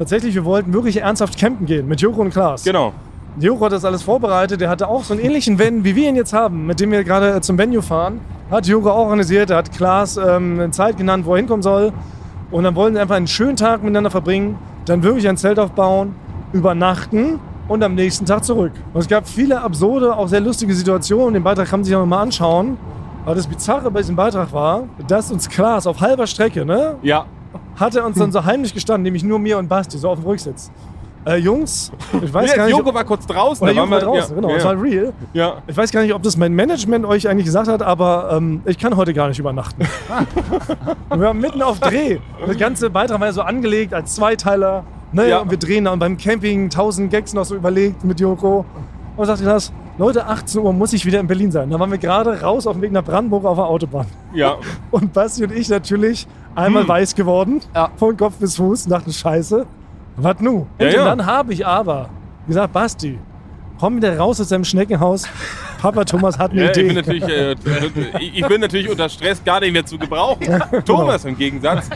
Tatsächlich, wir wollten wirklich ernsthaft campen gehen mit Joko und Klaas.
genau.
Joko hat das alles vorbereitet. Der hatte auch so einen ähnlichen Van, wie wir ihn jetzt haben, mit dem wir gerade äh, zum Venue fahren. Hat Joko auch organisiert. Er hat Klaas ähm, eine Zeit genannt, wo er hinkommen soll. Und dann wollten sie einfach einen schönen Tag miteinander verbringen, dann wirklich ein Zelt aufbauen, übernachten und am nächsten Tag zurück. Und es gab viele absurde, auch sehr lustige Situationen. Den Beitrag kann man sich auch nochmal anschauen. Aber das Bizarre bei diesem Beitrag war, dass uns Klaas auf halber Strecke, ne,
Ja.
hat er uns dann so heimlich gestanden, nämlich nur mir und Basti, so auf dem Rücksitz. Äh, Jungs, ich weiß
Ja,
gar nicht.
Joko war kurz draußen.
Oder
da
Joko war
waren wir-
draußen,
ja,
genau.
Ja.
Es war real.
ja.
Ich weiß gar nicht, ob das mein Management euch eigentlich gesagt hat, aber ähm, ich kann heute gar nicht übernachten. Und wir waren mitten auf Dreh. Das ganze Beitrag war ja so angelegt als Zweiteiler. Ne?
Ja.
Und wir drehen dann beim Camping tausend Gags noch so überlegt mit Joko. Und sagte das, Leute, 18 Uhr muss ich wieder in Berlin sein. Da waren wir gerade raus auf dem Weg nach Brandenburg auf der Autobahn.
ja.
Und Basti und ich natürlich einmal
Hm.
weiß geworden,
Ja.
von Kopf bis Fuß, und dachten Scheiße, was nu?
Ja,
und
ja.
dann habe ich aber gesagt, Basti, komm wieder raus aus deinem Schneckenhaus. Papa Thomas hat eine
Ja, ich, bin
Idee.
natürlich, äh, ich ich bin natürlich unter Stress gar nicht mehr zu gebrauchen. Thomas im Gegensatz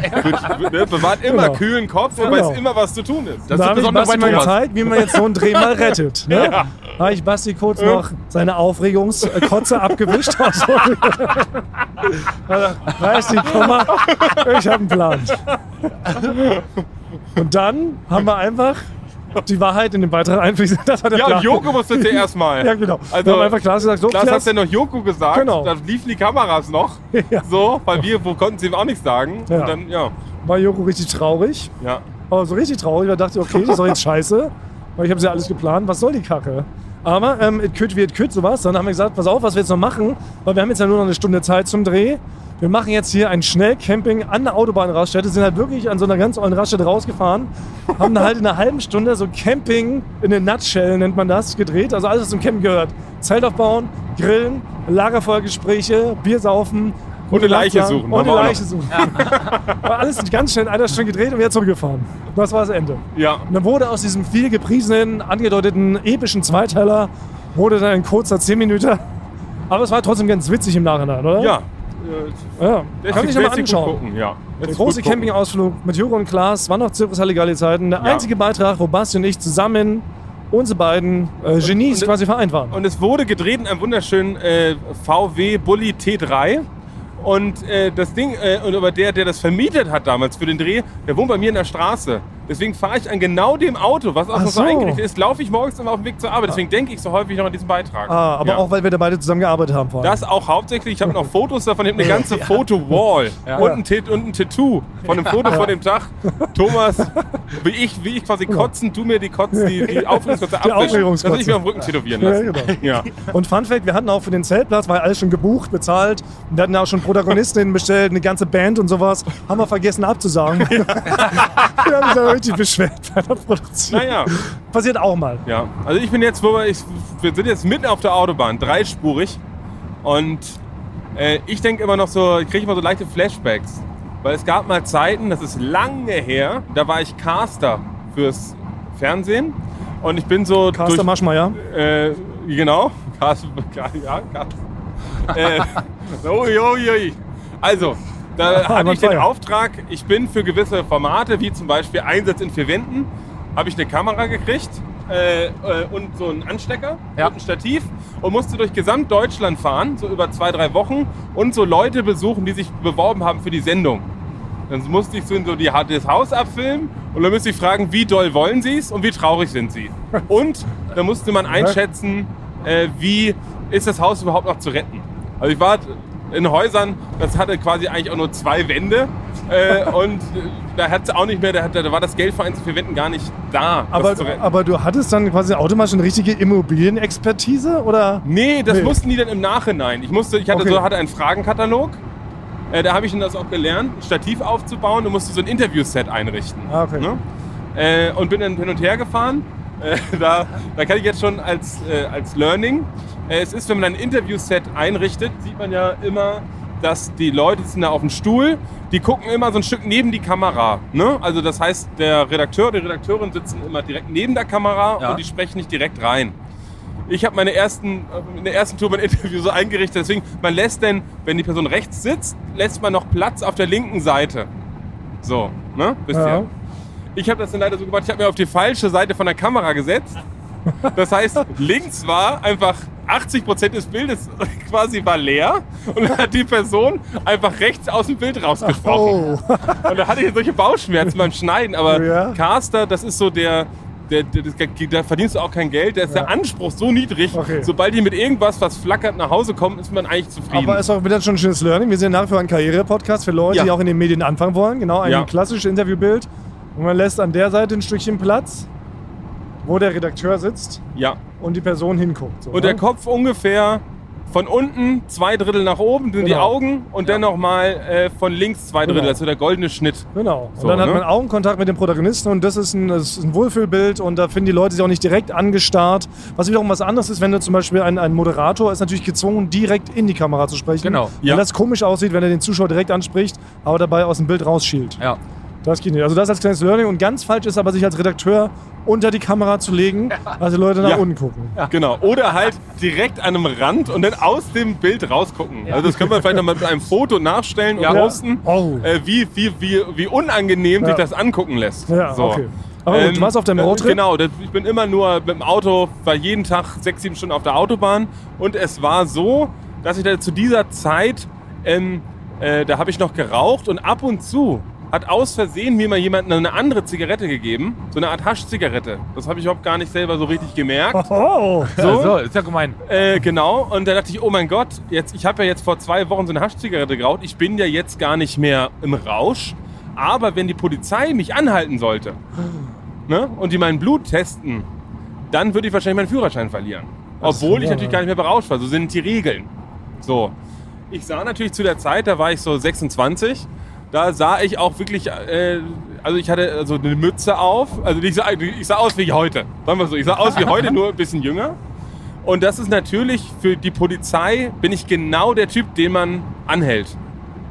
wird, wird, bewahrt immer
Genau.
kühlen Kopf und
Genau.
weiß immer, was zu tun ist.
Da
ist
habe ich
besonders
Basti
bei
mal
Thomas.
gezeigt, wie man jetzt so einen Dreh mal rettet. Ne? Habe ich Basti kurz noch seine Aufregungskotze abgewischt. Also, Basti, komm mal, ich habe einen Plan. Und dann haben wir einfach die Wahrheit in den Beitrag einfließen. Das hat der
ja,
Plan.
und Joko musste ja erstmal.
Ja, genau. Also, wir
Also,
haben einfach klar gesagt, so
Klaas
Klaas,
hat ja noch Joko gesagt,
Genau.
da liefen die Kameras noch.
Ja.
So, weil wir wo konnten sie ihm auch nichts sagen.
Ja.
Und dann, ja,
war Joko richtig traurig.
ja.
Aber so richtig traurig, weil ich dachte, okay, das ist doch jetzt scheiße. Weil ich habe ja alles geplant, was soll die Kacke? Aber ähm, it could wie it could, sowas. Dann haben wir gesagt, pass auf, was wir jetzt noch machen, weil wir haben jetzt ja nur noch eine Stunde Zeit zum Dreh. Wir machen jetzt hier ein Schnellcamping an der Autobahnraststätte, sind halt wirklich an so einer ganz ollen Raststätte rausgefahren, haben da halt in einer halben Stunde so Camping in den Nutshell, nennt man das, gedreht. Also alles, was zum Campen gehört. Zelt aufbauen, grillen, Lagerfeuergespräche, Bier saufen,
Und eine Leiche
langsam-
suchen.
Und
Haben wir
eine
auch
Leiche suchen. War alles ganz schnell in einer Stunde gedreht und wieder zurückgefahren. Das war das Ende.
noch. Ja.
Und dann wurde aus diesem viel gepriesenen, angedeuteten, epischen Zweiteiler, wurde dann ein kurzer 10 Minuten. Aber es war trotzdem ganz witzig im Nachhinein, oder?
Ja. Äh,
ja. Kann man sich nochmal anschauen.
Gucken. Ja.
Der
Lässt sich
große
gut gucken.
Campingausflug mit Juro und Klaas war noch Zirkus Halligalli Zeiten. Der
Ja.
einzige Beitrag, wo Basti und ich zusammen unsere beiden äh, Genies
und-
quasi vereint waren.
Und es wurde gedreht in einem wunderschönen äh, VW Bulli T3. Und äh, das Ding, äh, und aber der, der das vermietet hat damals für den Dreh, der wohnt bei mir in der Straße. Deswegen fahre ich an genau dem Auto, was auch
Ach
noch
so.
so eingerichtet ist, laufe ich morgens immer auf dem Weg zur Arbeit. Deswegen denke ich so häufig noch an diesen Beitrag.
ah, aber
Ja.
auch, weil wir da beide zusammen gearbeitet haben. Vor allem.
Das auch hauptsächlich. Ich habe noch Fotos davon. Ich habe eine ganze Foto-Wall und, ein Tit- und ein Tattoo von einem Foto von dem Tag. Thomas, wie ich, wie ich quasi kotzen, du mir die Kotzen, die, die Aufregungskotze abwischen.
Aufregungskotze.
Das will ich mir am Rücken tätowieren
Ja,
lassen.
genau.
Ja,
Und Fun Fact, wir hatten auch für den Zeltplatz, war ja alles schon gebucht, bezahlt. Und wir hatten ja auch schon Protagonistinnen bestellt, eine ganze Band und sowas. Haben wir vergessen abzusagen. wir haben uns da richtig beschwert bei der Produktion.
naja.
Passiert auch mal.
Ja, also ich bin jetzt, wo wir, ich, wir sind jetzt mitten auf der Autobahn, dreispurig. Und äh, ich denke immer noch so, ich kriege immer so leichte Flashbacks. Weil es gab mal Zeiten, das ist lange her, da war ich Caster fürs Fernsehen. Und ich bin so
Carsten
durch,
Maschmeyer.
äh, genau. Gas, Gas, ja, Gas. äh, ui, ui, ui. Also, da hatte ich den
Feuer.
Auftrag, ich bin für gewisse Formate, wie zum Beispiel Einsatz in vier Wänden, habe ich eine Kamera gekriegt äh, äh, und so einen Anstecker
Ja.
und ein Stativ und musste durch Gesamtdeutschland fahren, so über zwei, drei Wochen und so Leute besuchen, die sich beworben haben für die Sendung. Dann musste ich so in so die, das Haus abfilmen und dann müsste ich fragen, wie doll wollen sie es und wie traurig sind sie. Und dann musste man einschätzen, äh, wie ist das Haus überhaupt noch zu retten. Also ich war in Häusern, das hatte quasi eigentlich auch nur zwei Wände äh, und äh, da hat es auch nicht mehr, da, hat- da war das Geld für eins für Wänden gar nicht da, das
Aber,
zu retten.
aber du hattest dann quasi automatisch eine richtige Immobilienexpertise? Oder?
Nee, das
Nee.
mussten die dann im Nachhinein. Ich musste, ich hatte
Okay.
so hatte einen Fragenkatalog. Äh, da habe ich dann das auch gelernt, ein Stativ aufzubauen und musste so ein Interviewset einrichten.
Ah, okay.
Äh, und bin dann hin und her gefahren. Äh, da, da kann ich jetzt schon als, äh, als Learning. Äh, es ist, wenn man ein Interviewset einrichtet, sieht man ja immer, dass die Leute die sind da auf dem Stuhl, die gucken immer so ein Stück neben die Kamera. Ne? Also das heißt, der Redakteur, die Redakteurin sitzen immer direkt neben der Kamera
Ja.
und die sprechen nicht direkt rein. Ich habe meine ersten, in der ersten Tour mein Interview so eingerichtet, deswegen, man lässt denn, wenn die Person rechts sitzt, lässt man noch Platz auf der linken Seite. So, ne? Wisst
Ja.
ihr? Ich habe das dann leider so gemacht, ich habe mir auf die falsche Seite von der Kamera gesetzt. Das heißt, links war einfach 80% des Bildes quasi war leer und dann hat die Person einfach rechts aus dem Bild rausgesprochen.
Oh,
Und da hatte ich solche Bauchschmerzen beim Schneiden. Aber
Ja.
Caster, das ist so der, der, der, das- da verdienst du auch kein Geld. Da ist der Anspruch so niedrig.
Okay.
Sobald die mit irgendwas, was flackert, nach Hause kommen, ist man eigentlich zufrieden.
aber ist auch wieder schon ein schönes Learning. Wir sind nach wie vor ein Karriere-Podcast für Leute,
Ja.
die auch in den Medien anfangen wollen. Genau, ein
Ja.
klassisches Interviewbild. Und man lässt an der Seite ein Stückchen Platz, wo der Redakteur sitzt
ja.
und die Person hinguckt. so,
Und
ne?
der Kopf ungefähr von unten zwei Drittel nach oben, sind die
Genau.
Augen. Und dann nochmal äh, von links zwei Drittel.
Genau.
Das ist so der goldene Schnitt.
Genau.
So,
und dann hat
ne?
man Augenkontakt mit dem Protagonisten und das ist, ein, das ist ein Wohlfühlbild und da finden die Leute sich auch nicht direkt angestarrt. Was wiederum was anderes ist, wenn du zum Beispiel ein, ein Moderator ist natürlich gezwungen, direkt in die Kamera zu sprechen.
Genau,
Wenn
ja.
das komisch aussieht, wenn er den Zuschauer direkt anspricht, aber dabei aus dem Bild rausschielt.
Ja.
Das geht nicht. Also das als kleines Learning und ganz falsch ist aber, sich als Redakteur unter die Kamera zu legen, also die Leute nach
Ja.
unten gucken.
Genau. Oder halt direkt an einem Rand und dann aus dem Bild rausgucken. Also das können wir vielleicht nochmal mit einem Foto nachstellen und
Ja.
posten.
Oh.
Äh, wie, wie, wie, wie unangenehm
Ja.
sich das angucken lässt.
Ja, okay. Aber gut, Oh, du warst auf deinem
äh,
Roadtrip?
Genau, das, ich bin immer nur mit dem Auto, war jeden Tag sechs, sieben Stunden auf der Autobahn. Und es war so, dass ich da zu dieser Zeit, ähm, äh, da habe ich noch geraucht und ab und zu hat aus Versehen mir mal jemand eine andere Zigarette gegeben, so eine Art Haschzigarette. Das habe ich überhaupt gar nicht selber so richtig gemerkt.
Oh.
So, so ist ja gemein.
Äh, genau, und da dachte ich, oh mein Gott, jetzt, ich habe ja jetzt vor zwei Wochen so eine Haschzigarette geraucht, ich bin ja jetzt gar nicht mehr im Rausch, aber wenn die Polizei mich anhalten sollte ne, und die mein Blut testen, dann würde ich wahrscheinlich meinen Führerschein verlieren. Obwohl ich
ja.
natürlich gar nicht mehr berauscht war, so sind die Regeln. So, ich sah natürlich zu der Zeit, da war ich so 26, da sah ich auch wirklich, äh, also ich hatte so eine Mütze auf, also ich sah, ich sah aus wie heute, sagen wir so, ich sah aus wie heute, nur ein bisschen jünger. Und das ist natürlich für die Polizei, bin ich genau der Typ, den man anhält.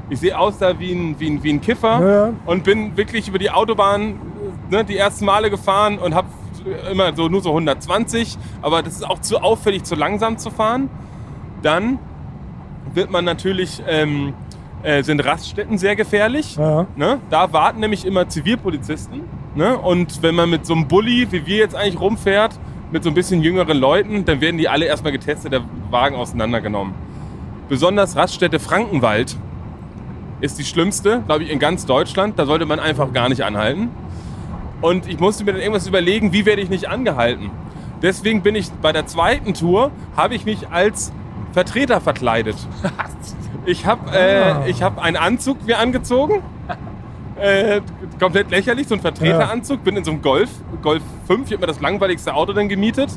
Ich sehe aus da wie ein, wie ein, wie ein Kiffer
Ja, ja.
und bin wirklich über die Autobahn ne, die ersten Male gefahren und habe immer so nur so 120, aber das ist auch zu auffällig, zu langsam zu fahren. Dann wird man natürlich, ähm, äh, sind Raststätten sehr gefährlich.
Ja.
Ne? Da warten nämlich immer Zivilpolizisten. Ne? Und wenn man mit so einem Bulli, wie wir jetzt eigentlich rumfährt, mit so ein bisschen jüngeren Leuten, dann werden die alle erstmal getestet, der Wagen auseinandergenommen. Besonders Raststätte Frankenwald ist die schlimmste, glaube ich, in ganz Deutschland. Da sollte man einfach gar nicht anhalten. Und ich musste mir dann irgendwas überlegen, wie werde ich nicht angehalten. Deswegen bin ich bei der zweiten Tour, habe ich mich als Vertreter verkleidet. Ich habe
Ah.
äh, ich hab einen Anzug mir angezogen. Äh, komplett lächerlich, so ein Vertreteranzug. Bin in so einem Golf, Golf 5, ich habe mir das langweiligste Auto dann gemietet.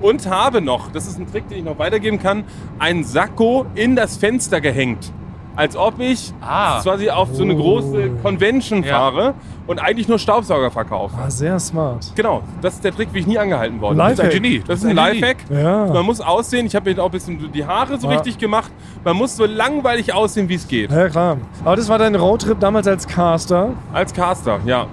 Und habe noch, das ist ein Trick, den ich noch weitergeben kann, einen Sakko in das Fenster gehängt. Als ob ich
Ah.
quasi auf so eine große Convention
Ja.
fahre und eigentlich nur Staubsauger verkaufe.
Ah, sehr smart.
Genau, das ist der Trick, wie ich nie angehalten worden bin.
Lifehack.
ein Genie.
Das ist ein Lifehack. Man
Ja.
muss aussehen, ich habe mir auch ein bisschen die Haare so
Ja.
richtig gemacht. Man muss so langweilig aussehen, wie es geht.
Ja, klar. Aber das war dein Roadtrip damals als Caster.
Als Caster, ja.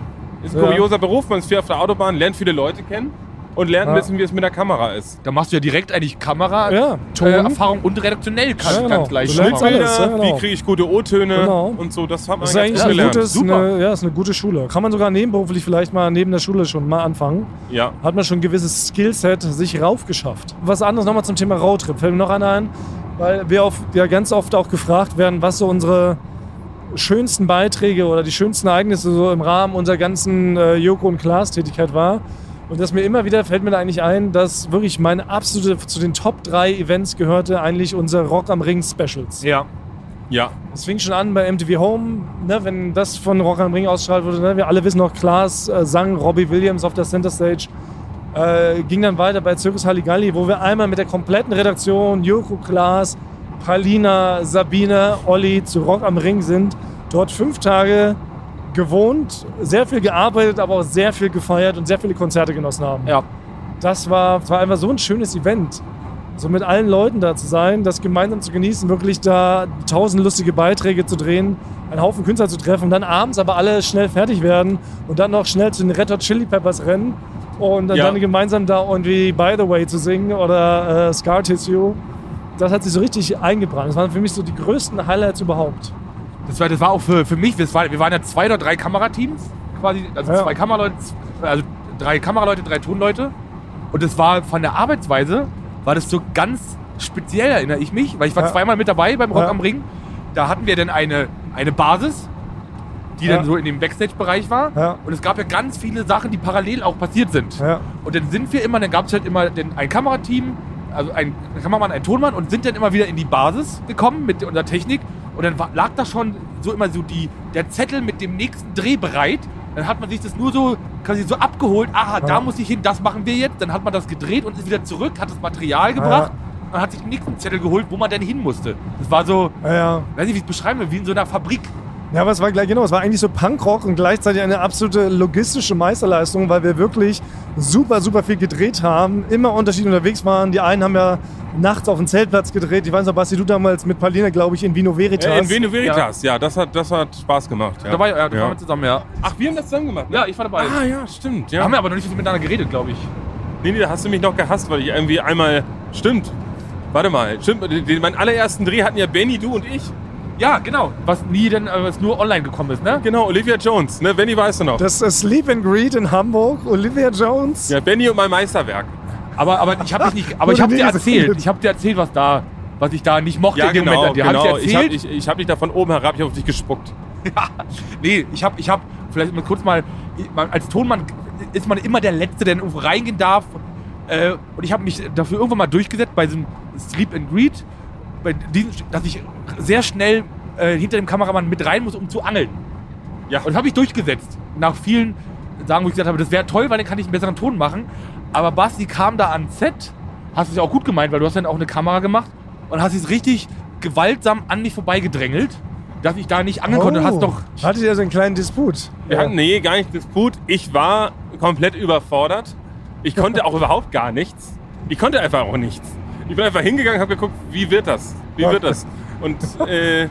Ist ein
Ja.
kurioser Beruf, man ist viel auf der Autobahn, lernt viele Leute kennen und lernt ein
Ja.
bisschen, wie es mit der Kamera ist.
Da machst du ja direkt eigentlich Kamera,
Ja, Ton.
äh, Erfahrung und redaktionell kann
Ja,
ganz
genau.
gleich
Du lernst
machen.
alles. ja,
Bilder,
genau.
Wie kriege ich gute O-Töne
Genau.
und so, das hat man
Das ist
ganz
eigentlich
gut
ein
gelernt.
gutes,
Super.
eine, ja, ist eine gute Schule. Kann man sogar nebenberuflich vielleicht mal neben der Schule schon mal anfangen.
Ja.
Hat man schon ein gewisses Skillset sich raufgeschafft. Was anderes nochmal zum Thema Roadtrip. Fällt mir noch einer ein, weil wir oft, ja ganz oft auch gefragt werden, was so unsere schönsten Beiträge oder die schönsten Ereignisse so im Rahmen unserer ganzen äh, Joko und Klaas Tätigkeit war. Und das mir immer wieder fällt mir da eigentlich ein, dass wirklich meine absolute zu den Top 3 Events gehörte eigentlich unser Rock am Ring Specials.
Ja.
Ja.
Es fing schon an bei MTV Home, ne, wenn das von Rock am Ring ausgestrahlt wurde. Ne, wir alle wissen noch, Klaas äh, sang Robbie Williams auf der Center Stage. Äh, ging dann weiter bei Circus Halligalli, wo wir einmal mit der kompletten Redaktion, Joko Klaas, Palina, Sabine, Olli zu Rock am Ring sind. Dort fünf Tage gewohnt, sehr viel gearbeitet, aber auch sehr viel gefeiert und sehr viele Konzerte genossen haben
Ja.
das war, das war einfach so ein schönes Event. So mit allen Leuten da zu sein, das gemeinsam zu genießen, wirklich da tausend lustige Beiträge zu drehen, einen Haufen Künstler zu treffen und dann abends aber alle schnell fertig werden und dann noch schnell zu den Red Hot Chili Peppers rennen und dann,
Ja.
dann gemeinsam da irgendwie By the Way zu singen oder äh, Scar Tissue. Das hat sich so richtig eingebrannt. Das waren für mich so die größten Highlights überhaupt.
Das war, das war auch für, für mich, das war, wir waren ja zwei oder drei Kamerateams, quasi, also
Ja.
zwei Kameraleute, also drei Kameraleute, drei Tonleute. Und das war von der Arbeitsweise, war das so ganz speziell, erinnere ich mich, weil ich war
Ja.
zweimal mit dabei beim Rock
Ja.
am Ring. Da hatten wir dann eine, eine Basis, die
Ja.
dann so in dem Backstage-Bereich war.
Ja.
Und es gab ja ganz viele Sachen, die parallel auch passiert sind.
Ja.
Und dann sind wir immer, dann gab es halt immer den, ein Kamerateam, also ein Kameramann, ein Tonmann und sind dann immer wieder in die Basis gekommen mit unserer Technik. Und dann war, lag da schon so immer so die, der Zettel mit dem nächsten Dreh bereit. Dann hat man sich das nur so quasi so abgeholt. Aha,
Ja.
da muss ich hin, das machen wir jetzt. Dann hat man das gedreht und ist wieder zurück, hat das Material gebracht und hat sich den nächsten Zettel geholt, wo man denn hin musste. Das war so,
Ja,
weiß nicht, wie ich es beschreiben will, wie in so einer Fabrik.
Ja, aber es war gleich genau, es war eigentlich so Punkrock und gleichzeitig eine absolute logistische Meisterleistung, weil wir wirklich super, super viel gedreht haben, immer unterschiedlich unterwegs waren. Die einen haben ja nachts auf dem Zeltplatz gedreht. Ich weiß noch, Basti, du damals mit Palina, glaube ich, in Vino Veritas.
Äh, in Venu Veritas, ja, das, hat, das hat Spaß gemacht. Ja.
Da war, ja, da waren
ja.
wir zusammen, ja.
Ach, wir haben das zusammen gemacht? Ne?
Ja, ich war dabei.
Ah, ja, stimmt.
Da
Ja.
haben wir aber noch nicht so viel miteinander geredet, glaube ich.
Nee, nee, da hast du mich noch gehasst, weil ich irgendwie einmal. Stimmt. Warte mal, stimmt. den- den- Meinen allerersten Dreh hatten ja Benny, du und ich.
Ja, genau. Was nie denn, äh, was nur online gekommen ist, ne?
Genau, Olivia Jones. Ne, Benny weißt du noch.
Das ist Sleep and Greed in Hamburg, Olivia Jones.
Ja, Benny und mein Meisterwerk.
Aber, aber ich habe dich nicht, aber
Wurde
ich habe
nie
dir erzählt,
gesendet.
ich habe dir erzählt, was da, was ich da nicht mochte.
Ja,
in dem
genau,
Moment. Dir hab
genau.
Ich
Ich habe
erzählt.
ich, ich hab dich da von oben herab, ich hab auf dich gespuckt.
nee, ich habe, ich habe vielleicht mal kurz mal, ich- man, als Tonmann ist man immer der Letzte, der irgendwo reingehen darf. Äh, und ich habe mich dafür irgendwann mal durchgesetzt bei diesem Sleep and Greed, bei diesem, dass ich sehr schnell äh, hinter dem Kameramann mit rein muss, um zu angeln.
Ja.
Und das habe ich durchgesetzt. Nach vielen Sagen, wo ich gesagt habe, das wäre toll, weil dann kann ich einen besseren Ton machen. Aber Basti kam da ans Set, hast es ja auch gut gemeint, weil du hast dann auch eine Kamera gemacht und hast es richtig gewaltsam an mich vorbeigedrängelt, dass ich da nicht angeln konnte. Und
Oh.
hast doch
Hattet ihr so einen kleinen Disput?
Wir hatten, nee, gar nicht Disput. Ich war komplett überfordert. Ich konnte auch überhaupt gar nichts. Ich konnte einfach auch nichts. Ich bin einfach hingegangen, habe geguckt, wie wird das? Wie wird das? Und äh,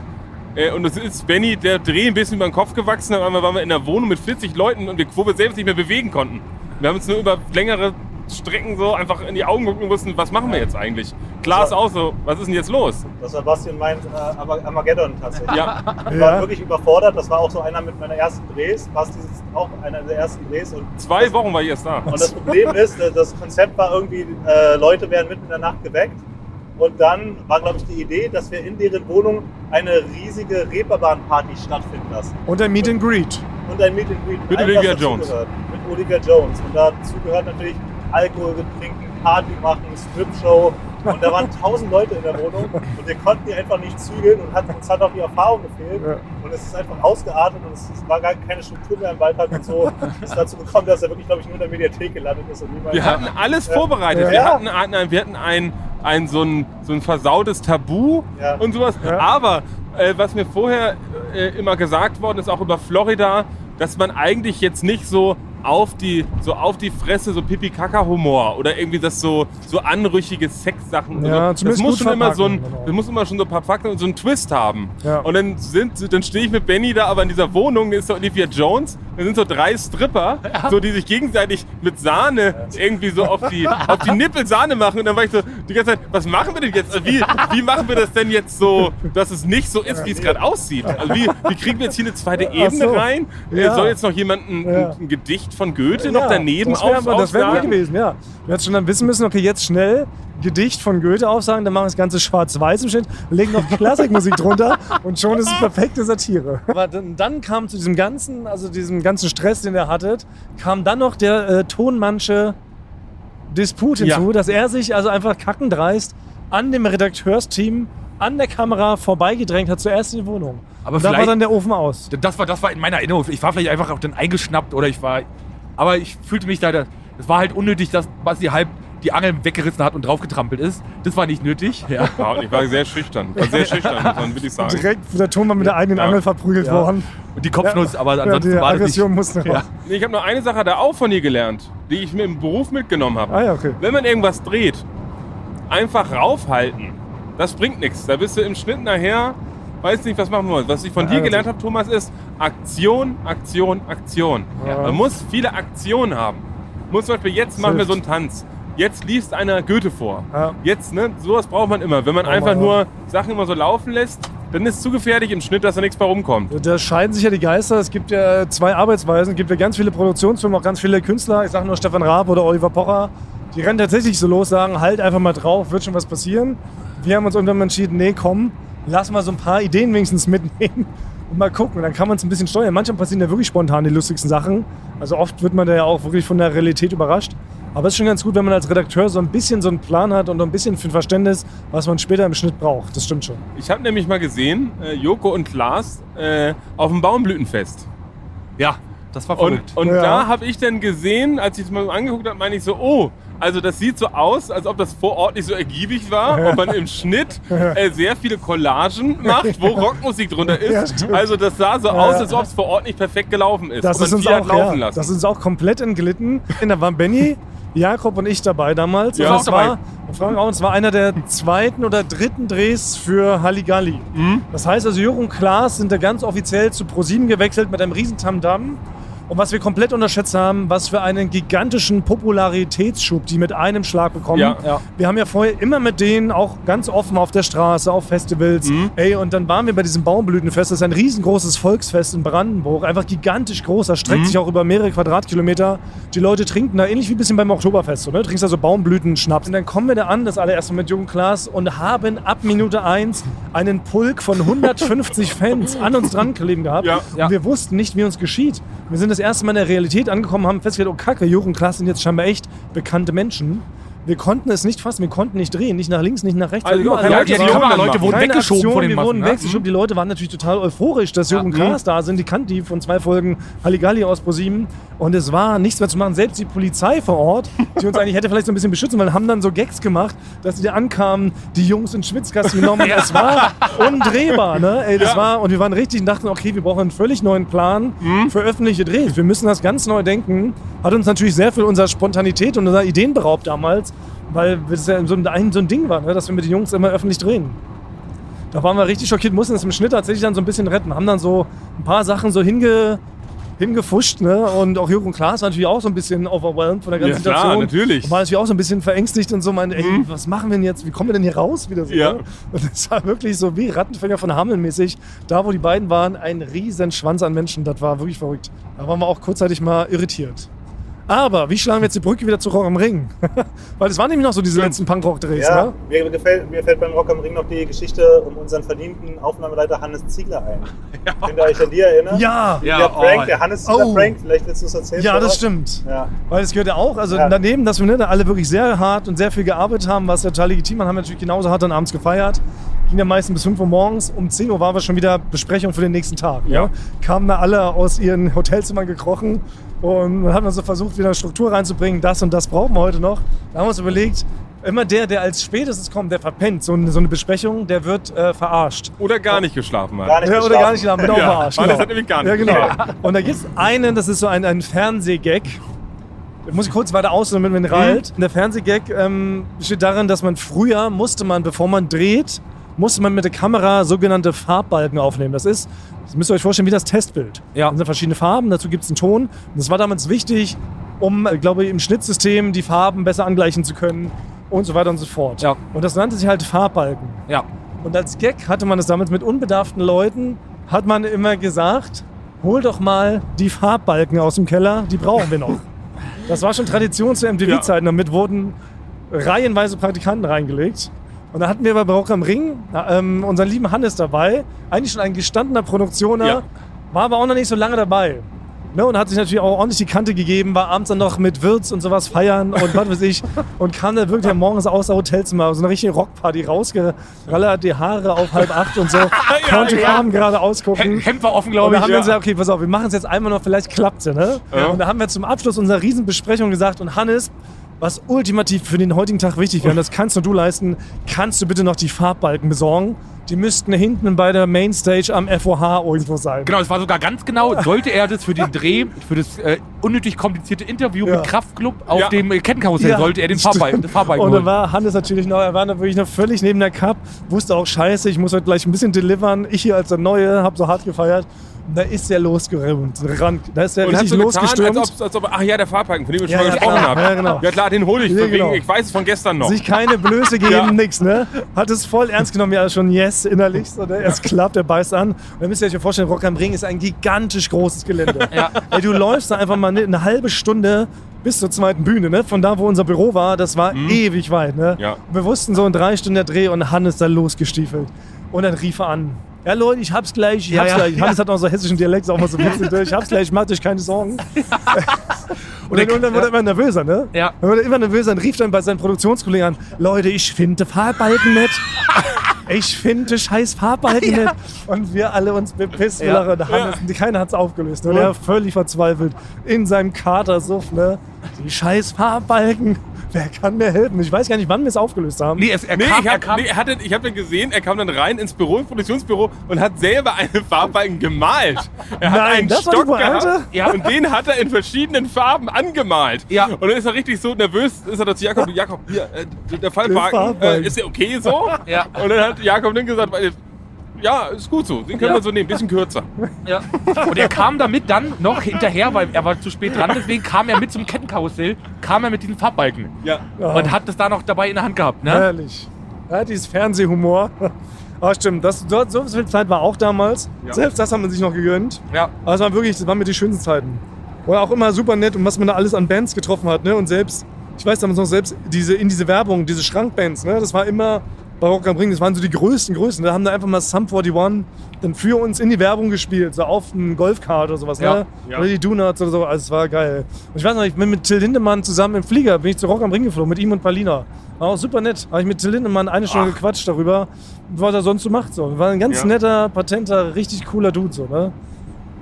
Äh, und das ist Benny, der Dreh ein bisschen über den Kopf gewachsen. Auf einmal waren wir in der Wohnung mit 40 Leuten, und wir, wo wir selbst nicht mehr bewegen konnten. Wir haben uns nur über längere Strecken so einfach in die Augen gucken mussten, was machen wir jetzt eigentlich? Klaas
So.
auch so, was ist denn jetzt los?
Das war Bastian meint äh, Arma- Armageddon tatsächlich.
Ja,
Ich war wirklich überfordert. Das war auch so einer mit meiner ersten Drehs. Basti ist auch einer der ersten Drehs. Und
zwei Wochen war ich erst da.
Und das Problem ist, äh, das Konzept war irgendwie, äh, Leute werden mitten in der Nacht geweckt. Und dann war, glaube ich, die Idee, dass wir in deren Wohnung eine riesige Reeperbahn-Party stattfinden lassen.
Und ein Meet and Greet.
Und ein Meet and Greet.
Mit
All
Olivia
das dazugehört. Mit Olivia Jones. Und dazu gehört natürlich Alkohol trinken, Party machen, Strip-Show. Und da waren tausend Leute in der Wohnung und wir konnten die einfach nicht zügeln und hat, uns hat auch die Erfahrung gefehlt. Und es ist einfach ausgeartet und es, es war gar keine Struktur mehr im Waldpark und so. Es ist dazu gekommen, dass er wirklich, glaube ich, nur in der Mediathek gelandet ist und niemand.
Wir hatten alles vorbereitet.
Ja.
Wir hatten, hatten, wir hatten ein, ein, so ein so ein versautes Tabu
Ja.
und sowas. Aber äh, was mir vorher äh, immer gesagt worden ist, auch über Florida, dass man eigentlich jetzt nicht so auf die, so auf die Fresse, so pipi kaka humor oder irgendwie das so, so anrüchige Sexsachen. oder
Ja,
so. Das
zumindest
muss
gut
schon immer so ein,
verpacken, genau.
das muss immer schon so ein paar Fakten und so einen Twist haben.
Ja.
Und dann sind, dann stehe ich mit Benny da aber in dieser Wohnung, ist so Olivia Jones, da sind so drei Stripper, so die sich gegenseitig mit Sahne irgendwie so auf die, auf die Nippel Sahne machen. Und dann war ich so die ganze Zeit, was machen wir denn jetzt? Also Wie, wie machen wir das denn jetzt so, dass es nicht so ist, wie es gerade aussieht? Also wie, wie kriegen wir jetzt hier eine zweite Ebene
so.
rein? Äh,
Ja.
Soll jetzt noch jemand ein,
Ja.
ein Gedicht von Goethe noch daneben
das wär,
auf,
aber- Das wäre gut
aufsagen?
gewesen, ja. Wir hätten schon dann wissen müssen, okay, jetzt schnell Gedicht von Goethe aufsagen, dann machen wir das Ganze schwarz-weiß im Schnitt, legen noch Klassikmusik drunter und schon ist es perfekte Satire. Aber dann, dann kam zu diesem ganzen, also diesem ganzen Stress, den er hattet, kam dann noch der äh, Tonmannsche Disput
Ja.
hinzu, dass er sich also einfach kackendreist an dem Redakteursteam an der Kamera vorbeigedrängt hat, zuerst in die Wohnung.
Aber
Und da war
vielleicht-
dann der Ofen aus.
Das war, das war in meiner Erinnerung. Ich war vielleicht einfach auch dann eingeschnappt oder ich war. Aber ich fühlte mich da. da- Es war halt unnötig, dass Basti halb die Angeln weggerissen hat und draufgetrampelt ist. Das war nicht nötig. Ja.
Ja, und ich war sehr schüchtern. Ich war sehr schüchtern, muss man wirklich sagen.
Direkt der Tonmann mit der eigenen
Ja.
Angel verprügelt
Ja.
worden.
Und die Kopfnuss, aber ansonsten
ja, die
war das
Aggression
nicht.
musste raus.
Nee, Ich habe nur eine Sache da auch von dir gelernt, die ich mir im Beruf mitgenommen habe.
Ah ja, okay.
Wenn man irgendwas dreht, einfach raufhalten. Das bringt nichts. Da bist du im Schnitt nachher, weiß nicht, was machen wir. Was ich von
Ja,
dir gelernt
also-
habe, Thomas, ist Aktion, Aktion, Aktion.
Ja.
Man muss viele Aktionen haben. Muss zum Beispiel jetzt machen wir
hilft.
so einen Tanz. Jetzt liest einer Goethe vor.
Ja.
Jetzt, ne, sowas braucht man immer. Wenn man
Oh
einfach
mein
nur Sachen immer so laufen lässt, dann ist es zu gefährlich im Schnitt, dass da nichts bei rumkommt.
Da scheiden sich ja die Geister. Es gibt ja zwei Arbeitsweisen. Es gibt ja ganz viele Produktionsfirmen, auch ganz viele Künstler. Ich sage nur Stefan Raab oder Oliver Pocher. Die rennen tatsächlich so los, sagen, halt einfach mal drauf, wird schon was passieren. Wir haben uns irgendwann mal entschieden, nee, komm, lass mal so ein paar Ideen wenigstens mitnehmen und mal gucken. Dann kann man es ein bisschen steuern. Manchmal passieren ja wirklich spontan die lustigsten Sachen. Also oft wird man da ja auch wirklich von der Realität überrascht. Aber es ist schon ganz gut, wenn man als Redakteur so ein bisschen so einen Plan hat und ein bisschen für ein Verständnis, was man später im Schnitt braucht. Das stimmt schon.
Ich habe nämlich mal gesehen, äh, Joko und Klaas äh, auf dem Baumblütenfest.
Ja, das war
Und,
verrückt.
und
Ja.
da habe ich dann gesehen, als ich es mal angeguckt habe, meine ich so, oh, also das sieht so aus, als ob das vor Ort nicht so ergiebig war und man im Schnitt äh, sehr viele Collagen macht, wo Rockmusik drunter ist.
stimmt.
also das sah so aus, als ob es vor Ort nicht perfekt gelaufen ist.
Das
Und
ist,
man
uns
viel hat
auch, ja,
laufen lassen.
das ist uns auch komplett entglitten. Und Da waren Benny, Jakob und ich dabei damals.
Ja,
und
auch
das
dabei.
war, und Frank auch, und es war einer der zweiten oder dritten Drehs für Halligalli. Das heißt also, Jürgen und Klaas sind da ganz offiziell zu ProSieben gewechselt mit einem riesen Tamdam. Und was wir komplett unterschätzt haben, was für einen gigantischen Popularitätsschub die mit einem Schlag bekommen.
Ja, ja.
Wir haben ja vorher immer mit denen auch ganz offen auf der Straße, auf Festivals.
Mhm.
Ey, und dann waren wir bei diesem Baumblütenfest. Das ist ein riesengroßes Volksfest in Brandenburg. Einfach gigantisch groß. Das
Mhm.
streckt sich auch über mehrere Quadratkilometer. Die Leute trinken da ähnlich wie ein bisschen beim Oktoberfest. So, ne? Trinkst da so Baumblütenschnaps. Und dann kommen wir da an, das allererste Mal mit Jürgen Klaas, und haben ab Minute 1 einen Pulk von 150 Fans an uns dran kleben gehabt.
Ja,
ja.
Und wir wussten nicht, wie uns geschieht. Wir sind das erste Mal in der Realität angekommen, haben festgestellt, oh kacke, Jürgen Klaas sind jetzt scheinbar echt bekannte Menschen. Wir konnten es nicht fassen, wir konnten nicht drehen, nicht nach links, nicht nach rechts.
Also
Überall
ja,
Leute
die
waren-
Kamera-
Kameraleute wurden
keine
weggeschoben
Aktion,
von den
wir
Massen.
wurden
ne?
weggeschoben. Die Leute waren natürlich total euphorisch, dass Jürgen
Ja,
Klaas da sind. Die kannten die von zwei Folgen Halligalli aus ProSieben. Und es war nichts mehr zu machen. Selbst die Polizei vor Ort, die uns eigentlich hätte vielleicht so ein bisschen beschützen wollen, haben dann so Gags gemacht, dass sie da ankamen, die Jungs in Schwitzkasten genommen. Es war undrehbar. Ne? Ey, das war, und wir waren richtig und dachten, okay, wir brauchen einen völlig neuen Plan für öffentliche Drehs. Wir müssen das ganz neu denken. Hat uns natürlich sehr viel unserer Spontanität und unserer Ideen beraubt damals. Weil es ja so ein, so ein Ding war, ne? dass wir mit den Jungs immer öffentlich drehen. Da waren wir richtig schockiert, mussten es im Schnitt tatsächlich dann so ein bisschen retten. Haben dann so ein paar Sachen so hinge, hingefuscht. Ne? Und auch Jürgen Klaas war natürlich auch so ein bisschen overwhelmed von der ganzen
Ja, klar,
Situation.
natürlich. Mhm.
Und war natürlich auch so ein bisschen verängstigt und so meinte, ey, was machen wir denn jetzt? Wie kommen wir denn hier raus? Wieder so,
Ja.
ne? Und das war wirklich so wie Rattenfänger von Hameln mäßig. Da, wo die beiden waren, ein riesen Schwanz an Menschen. Das war wirklich verrückt. Da waren wir auch kurzzeitig mal irritiert. Aber wie schlagen wir jetzt die Brücke wieder zu Rock am Ring? Weil das waren nämlich noch so diese letzten Punkrock-Drehs,
Ja,
ne?
mir, gefällt, mir fällt beim Rock am Ring noch die Geschichte um unseren verdienten Aufnahmeleiter Hannes Ziegler ein. Könnt ihr euch an die erinnern?
Ja!
Ja,
der Frank,
oh.
der Hannes Ziegler
Oh.
Frank, vielleicht willst du es erzählen.
Ja,
Thomas?
das stimmt.
Ja.
Weil es gehört ja auch, also
Ja.
daneben, dass wir ne, alle wirklich sehr hart und sehr viel gearbeitet haben, was total legitim war, haben wir natürlich genauso hart dann abends gefeiert. Ging ja meistens bis 5 Uhr morgens. Um 10 Uhr waren wir schon wieder Besprechung für den nächsten Tag.
Ja.
Ne? Kamen da alle aus ihren Hotelzimmern gekrochen und dann haben wir so versucht, wieder Struktur reinzubringen. Das und das brauchen wir heute noch. Da haben wir uns überlegt, immer der, der als spätestens kommt, der verpennt so eine, so eine Besprechung, der wird äh, verarscht.
Oder gar nicht geschlafen hat.
Gar nicht
Ja, oder gar nicht
geschlafen.
lachen, bin auch
Ja,
verarscht.
weil das hat nämlich gar nicht
Ja, genau. Und da gibt es einen, das ist so ein, ein Fernsehgag. Ich muss kurz weiter ausholen, wenn
Mhm.
man rallt. Der Fernsehgag ähm, besteht darin, dass man früher musste man, bevor man dreht, musste man mit der Kamera sogenannte Farbbalken aufnehmen. Das ist, das müsst ihr euch vorstellen, wie das Testbild.
Ja.
Das sind verschiedene Farben, dazu gibt es einen Ton. Und das war damals wichtig, um, äh, glaube ich, im Schnittsystem die Farben besser angleichen zu können und so weiter und so fort.
Ja.
Und das nannte sich halt Farbbalken.
Ja.
Und als Gag hatte man es damals mit unbedarften Leuten, hat man immer gesagt, hol doch mal die Farbbalken aus dem Keller, die brauchen wir noch. Das war schon Tradition zu MTV-Zeiten, damit wurden reihenweise Praktikanten reingelegt. Und da hatten wir bei Brauch am Ring äh, ähm, unseren lieben Hannes dabei, eigentlich schon ein gestandener Produktioner,
Ja.
war aber auch noch nicht so lange dabei. Ne, und hat sich natürlich auch ordentlich die Kante gegeben, war abends dann noch mit Wirts und sowas feiern und was weiß ich. Und kam dann wirklich am morgens aus der Hotelzimmer, so eine richtige Rockparty rausgerallert, die Haare auf halb acht und so. Konnte
ja.
kaum gerade ausgucken.
Hemd war offen,
Und
glaube
wir
ich.
haben
ja.
dann gesagt, okay, pass auf, wir machen es jetzt einmal noch, vielleicht klappt's ja, ne?
Ja.
Und da haben wir zum Abschluss unserer Riesenbesprechung gesagt, und Hannes, was ultimativ für den heutigen Tag wichtig wäre, und das kannst nur du leisten, kannst du bitte noch die Farbbalken besorgen? Die müssten hinten bei der Mainstage am FOH irgendwo sein.
Genau, es war sogar ganz genau, sollte er das für den Dreh, für das äh, unnötig komplizierte Interview
Ja.
mit Kraftclub auf
Ja.
dem äh, Kettenkarussell,
Ja,
sollte er den
stimmt.
Fahrbein, das Fahrbein
Und dann
holen.
war Hannes natürlich noch, er war noch wirklich noch völlig neben der Cup, wusste auch, scheiße, ich muss heute gleich ein bisschen delivern. Ich hier als der Neue, hab so hart gefeiert. Und da ist er losgerannt. Da ist er
Und
richtig
hast du
losgestürmt.
getan, als ob, als ob, ach ja, der Fahrparken, von dem ich
Ja,
schon mal
ja,
gesprochen
klar.
habe.
Ja, genau.
ja klar, den hole ich.
Ja,
von
genau.
wegen, ich weiß es von gestern noch.
Sich keine Blöße geben,
Ja.
nix, ne? Hat es voll ernst genommen, ja, schon yes innerlich. So, ne? Es klappt, er beißt an. Und dann müsst ihr euch ja vorstellen, Rock am Ring ist ein gigantisch großes Gelände.
Ja.
Ey, du läufst da einfach mal ne- eine halbe Stunde bis zur zweiten Bühne, ne? Von da, wo unser Büro war, das war
Mhm.
ewig weit, ne?
Ja.
Und wir wussten so in drei Stunden der Dreh und Hannes da losgestiefelt. Und dann rief er an. Ja, Leute, ich hab's gleich, ich
Ja,
hab's
ja.
gleich. Hannes hat auch so hessischen Dialekt, ist auch mal so witzig. ne? Ich hab's gleich, macht euch keine Sorgen. Und dann, und dann wurde er immer nervöser, ne?
Ja.
Dann wurde er immer nervöser und rief dann bei seinen Produktionskollegen an, Leute, ich finde Fahrbalken nicht. Ich finde scheiß Fahrbalken nicht. Und wir alle uns bepisst wir
Ja.
lachen und haben es, keiner hat es aufgelöst. Und er völlig verzweifelt in seinem Katersuff, ne? Die scheiß Fahrbalken. Wer kann mir helfen? Ich weiß gar nicht, wann wir es aufgelöst haben.
Nee, es, er
Nee,
kam,
ich
er kam.
habe nee, er hatte- ich hab dann gesehen, er kam dann rein ins Büro, ins Produktionsbüro und hat selber einen Farbbalken gemalt. Er hat
Nein,
einen
das war die
Stock
Pointe?
gehabt
Ja.
und den hat er in verschiedenen Farben angemalt.
Ja.
Und dann ist er richtig so nervös, ist er zu Jakob, Jakob, hier, äh, der
Der
Fallbalken,
Farbbalken.
äh, ist der okay so?
Ja.
Und dann hat Jakob dann gesagt, weil, ja, ist gut so, den können
Ja.
wir so nehmen, bisschen kürzer.
Ja. Und er kam damit dann noch hinterher, weil er war zu spät dran, deswegen kam er mit zum Kettenkarussell, kam er mit diesen Fahrbalken
Ja.
Ja.
und hat das da noch dabei in der Hand gehabt, ne?
Herrlich. Ja, dieses Fernsehhumor. Ah, stimmt. Das, so, so viel Zeit war auch damals.
Ja.
Selbst das haben wir sich noch gegönnt.
Ja.
Aber es waren wirklich, das waren mir die schönsten Zeiten. Und auch immer super nett und was man da alles an Bands getroffen hat, ne? Und selbst, ich weiß damals noch selbst, diese, in diese Werbung, diese Schrankbands, ne? Das war immer bei Rock am Ring, das waren so die größten Größen. Da haben da einfach mal Sum 41 dann für uns in die Werbung gespielt, so auf einem Golfkart oder sowas,
Ja,
ne?
ja.
Oder die Donuts oder so, also es war geil. Und ich weiß noch, ich bin mit Till Lindemann zusammen im Flieger, bin ich zu Rock am Ring geflogen, mit ihm und Palina. War auch super nett. Habe ich mit Till Lindemann eine Stunde gequatscht darüber, was er sonst so macht. So. War ein ganz
Ja.
netter, patenter, richtig cooler Dude, so, ne?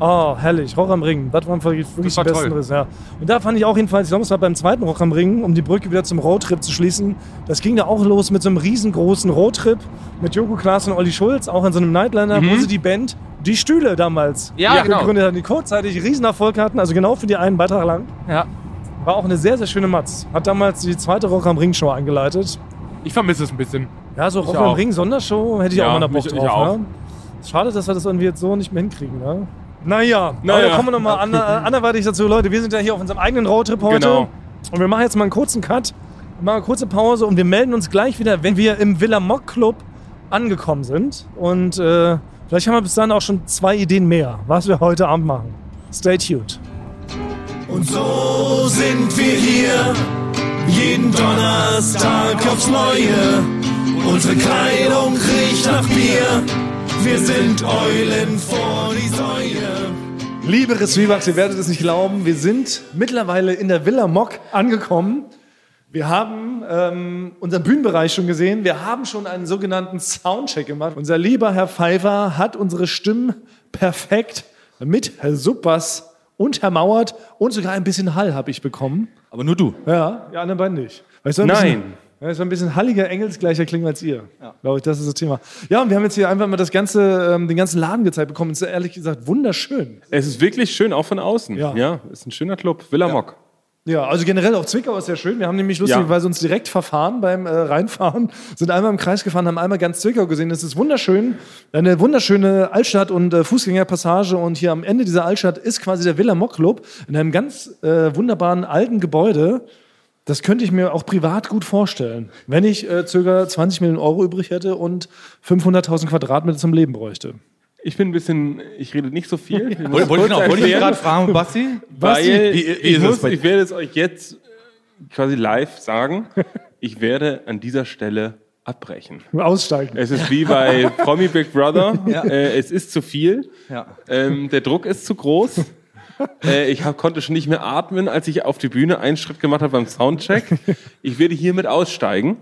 Oh, herrlich. Rock am Ring. Das waren wirklich
Das
die
war
besten
toll.
Risse, ja. Und da fand ich auch jedenfalls, ich glaube, es war beim zweiten Rock am Ring, um die Brücke wieder zum Roadtrip zu schließen. Das ging da auch los mit so einem riesengroßen Roadtrip mit Joko Klaas und Olli Schulz, auch in so einem Nightliner, wo sie die Band Die Stühle damals
Mhm. Ja, genau.
gegründet haben, die kurzzeitig einen Riesenerfolg hatten, also genau für die einen Beitrag lang.
Ja.
War auch eine sehr, sehr schöne Matz. Hat damals die zweite Rock am Ring Show eingeleitet.
Ich vermisse es ein bisschen.
Ja, so Rock am
auch.
Ring, Sondershow, hätte ich
Ja,
auch mal noch Bock
mich- ich
drauf.
auch.
Ne? Schade, dass wir das irgendwie jetzt so nicht mehr hinkriegen. Ne? Naja, naja. Aber
Naja.
da kommen wir nochmal an, anderweitig dazu. Leute, wir sind ja hier auf unserem eigenen Roadtrip heute.
Genau.
Und wir machen jetzt mal einen kurzen Cut, mal eine kurze Pause und wir melden uns gleich wieder, wenn wir im Villa Mock Club angekommen sind. Und äh, vielleicht haben wir bis dann auch schon zwei Ideen mehr, was wir heute Abend machen. Stay tuned.
Und so sind wir hier, jeden Donnerstag aufs Neue. Unsere Kleidung riecht nach Bier, wir sind Eulen vor die Säue.
Liebe Zwiebax, ihr werdet es nicht glauben, wir sind mittlerweile in der Villa Mock angekommen. Wir haben ähm, unseren Bühnenbereich schon gesehen. Wir haben schon einen sogenannten Soundcheck gemacht. Unser lieber Herr Pfeiffer hat unsere Stimmen perfekt mit Herr Suppers untermauert und sogar ein bisschen Hall habe ich bekommen.
Aber nur du.
Ja, die anderen beiden nicht. Weil ich so ein
Nein.
Bisschen, ja, ich soll ein bisschen halliger Engelsgleicher klingen als ihr. Glaube ich, das ist das Thema. Ja, und wir haben jetzt hier einfach mal das ganze, ähm, den ganzen Laden gezeigt bekommen. Ist ehrlich gesagt wunderschön.
Es ist wirklich schön, auch von außen.
Ja.
ist ein schöner Club. Villa Mock.
Ja, also generell auch Zwickau ist ja schön. Wir haben nämlich lustigerweise uns direkt verfahren beim äh, Reinfahren, sind einmal im Kreis gefahren, haben einmal ganz Zwickau gesehen. Es ist wunderschön. Eine wunderschöne Altstadt und äh, Fußgängerpassage. Und hier am Ende dieser Altstadt ist quasi der Villa Mock Club in einem ganz äh, wunderbaren alten Gebäude. Das könnte ich mir auch privat gut vorstellen, wenn ich äh, ca. 20 Millionen Euro übrig hätte und 500.000 Quadratmeter zum Leben bräuchte.
Ich bin ein bisschen, ich rede nicht so viel. Ich muss
Wollte wollte ich,
kurz
noch- wollte ich
erklären,
gerade fragen, Basti?
weil
Wie- wie
ich,
ist es
muss,
bei dir?
ich werde es euch jetzt äh, quasi live sagen. Ich werde an dieser Stelle abbrechen.
Aussteigen.
Es ist wie bei Promi Big Brother. Äh, es ist zu viel.
Ja.
Ähm, der Druck ist zu groß. äh, ich hab, konnte schon nicht mehr atmen, als ich auf die Bühne einen Schritt gemacht habe beim Soundcheck. Ich werde hiermit aussteigen.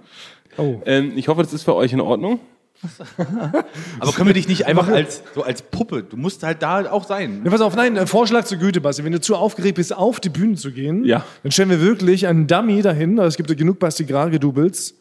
Oh.
Ähm, ich hoffe, das ist für euch in Ordnung.
Aber können wir dich nicht einfach als, so als Puppe, du musst halt da auch sein.
Ja, pass auf, nein, äh, Vorschlag zur Güte, Basti. Wenn du zu aufgeregt bist, auf die Bühne zu gehen,
Ja.
dann stellen wir wirklich einen Dummy dahin. Also Es gibt ja genug Basti Grage-Doubles.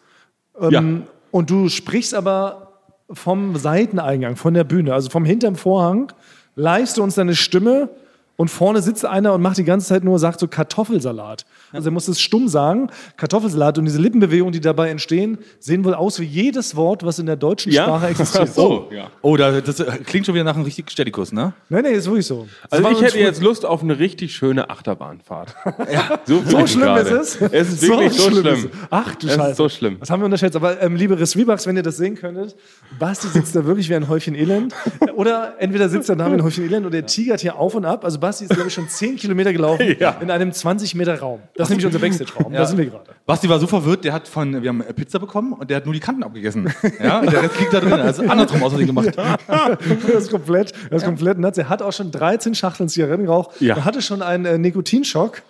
ja.
Ähm, Und du sprichst aber vom Seiteneingang, von der Bühne, also vom hinterm Vorhang, leihst du uns deine Stimme und vorne sitzt einer und macht die ganze Zeit nur, sagt so Kartoffelsalat. Also er muss es stumm sagen, Kartoffelsalat und diese Lippenbewegungen, die dabei entstehen, sehen wohl aus wie jedes Wort, was in der deutschen
Ja?
Sprache existiert.
So, ja.
Oh, da- das äh, klingt schon wieder nach einem richtigen Stellikus, ne?
Nein, nein, ist wirklich so. Das
Also
war
ich
uns
hätte jetzt Lust auf eine richtig schöne Achterbahnfahrt. So,
So
fühle ich
schlimm
gerade.
ist es.
Es ist wirklich so, schlimm.
ist es. Ach du
Es ist
Scheiße.
so schlimm.
Das haben wir unterschätzt. Aber ähm, liebe Resweebachs, wenn ihr das sehen könntet, Basti sitzt da wirklich wie ein Häufchen Elend. Oder entweder sitzt er da wie ein Häufchen Elend oder er tigert hier auf und ab. Also Basti ist, glaube ich, schon 10 Kilometer gelaufen
Ja.
in einem 20 Meter Raum. Das ist nämlich unser Backstage-Raum. Da sind wir gerade.
Basti war so verwirrt, der hat von, wir haben äh, Pizza bekommen und der hat nur die Kanten abgegessen. Ja, und der Rest liegt da drin. Also andersrum aus Versehen gemacht.
Das ist komplett, das ist komplett nuts. Er hat auch schon 13 Schachteln Zigaretten geraucht.
Ja.
Er hatte schon einen äh, Nikotinschock.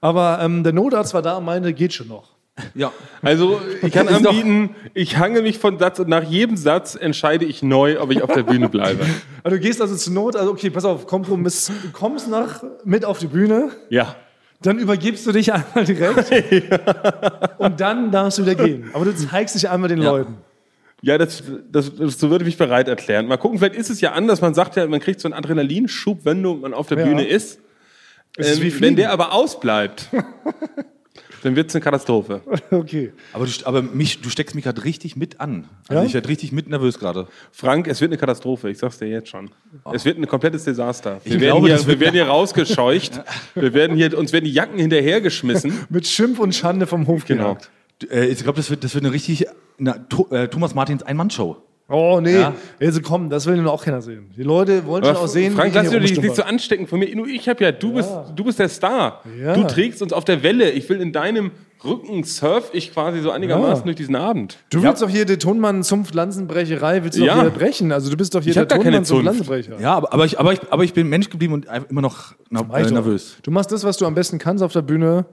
Aber ähm, der Notarzt war da und meinte, geht schon noch.
Ja.
Also ich kann anbieten, ich hange mich von Satz und nach jedem Satz entscheide ich neu, ob ich auf der Bühne bleibe.
Also du gehst also zur Not, also okay, pass auf, Kompromiss, du kommst nach mit auf die Bühne,
ja.
dann übergibst du dich einmal direkt und dann darfst du wieder gehen. Aber du zeigst dich einmal den Leuten.
Ja, das, das, das so würde ich mich bereit erklären. Mal gucken, vielleicht ist es ja anders. Man sagt ja, man kriegt so einen Adrenalinschub, wenn du- man auf der
Ja.
Bühne ist.
ist wie
Ähm,
Fliegen.
wenn der aber ausbleibt, dann wird es eine Katastrophe.
Okay.
Aber, du, aber mich, du steckst mich gerade richtig mit an. Also
Ja?
ich werde richtig mit nervös gerade.
Frank, es wird eine Katastrophe, ich sag's dir jetzt schon. Es wird ein komplettes Desaster. Wir,
Ich
werden,
glaube, das
hier, wir
wird-
werden hier rausgescheucht. wir werden hier, uns werden die Jacken hinterhergeschmissen.
Mit Schimpf und Schande vom Hof
Genau.
gejagt.
Du, Äh, ich glaube, das wird, das wird eine richtig eine, Tho- äh, Thomas Martins Ein-Mann-Show.
Oh nee,
Ja.
also komm, das will nun auch keiner sehen. Die Leute wollen schon auch sehen,
Frank,
wie
lass
hier
dir dich nicht so
rumstumpert.
anstecken von mir. Nur ich hab ja, du, Bist, du bist der Star.
Ja.
Du trägst uns auf der Welle. Ich will in deinem Rücken surf ich quasi so einigermaßen
Ja.
durch diesen Abend.
Du willst doch hier die Tonmann Zunft Lanzenbrecherei, willst du
Ja.
doch hier brechen. Also du bist doch hier
Ich hab
der
gar keine
Tonmann Zunft
Zunft.
Lanzenbrecher.
Ja, aber, aber, ich, aber, ich, aber ich bin Mensch geblieben und einfach immer noch na,
Mach ich
äh,
doch.
nervös.
Du machst das, was du am besten kannst auf der Bühne.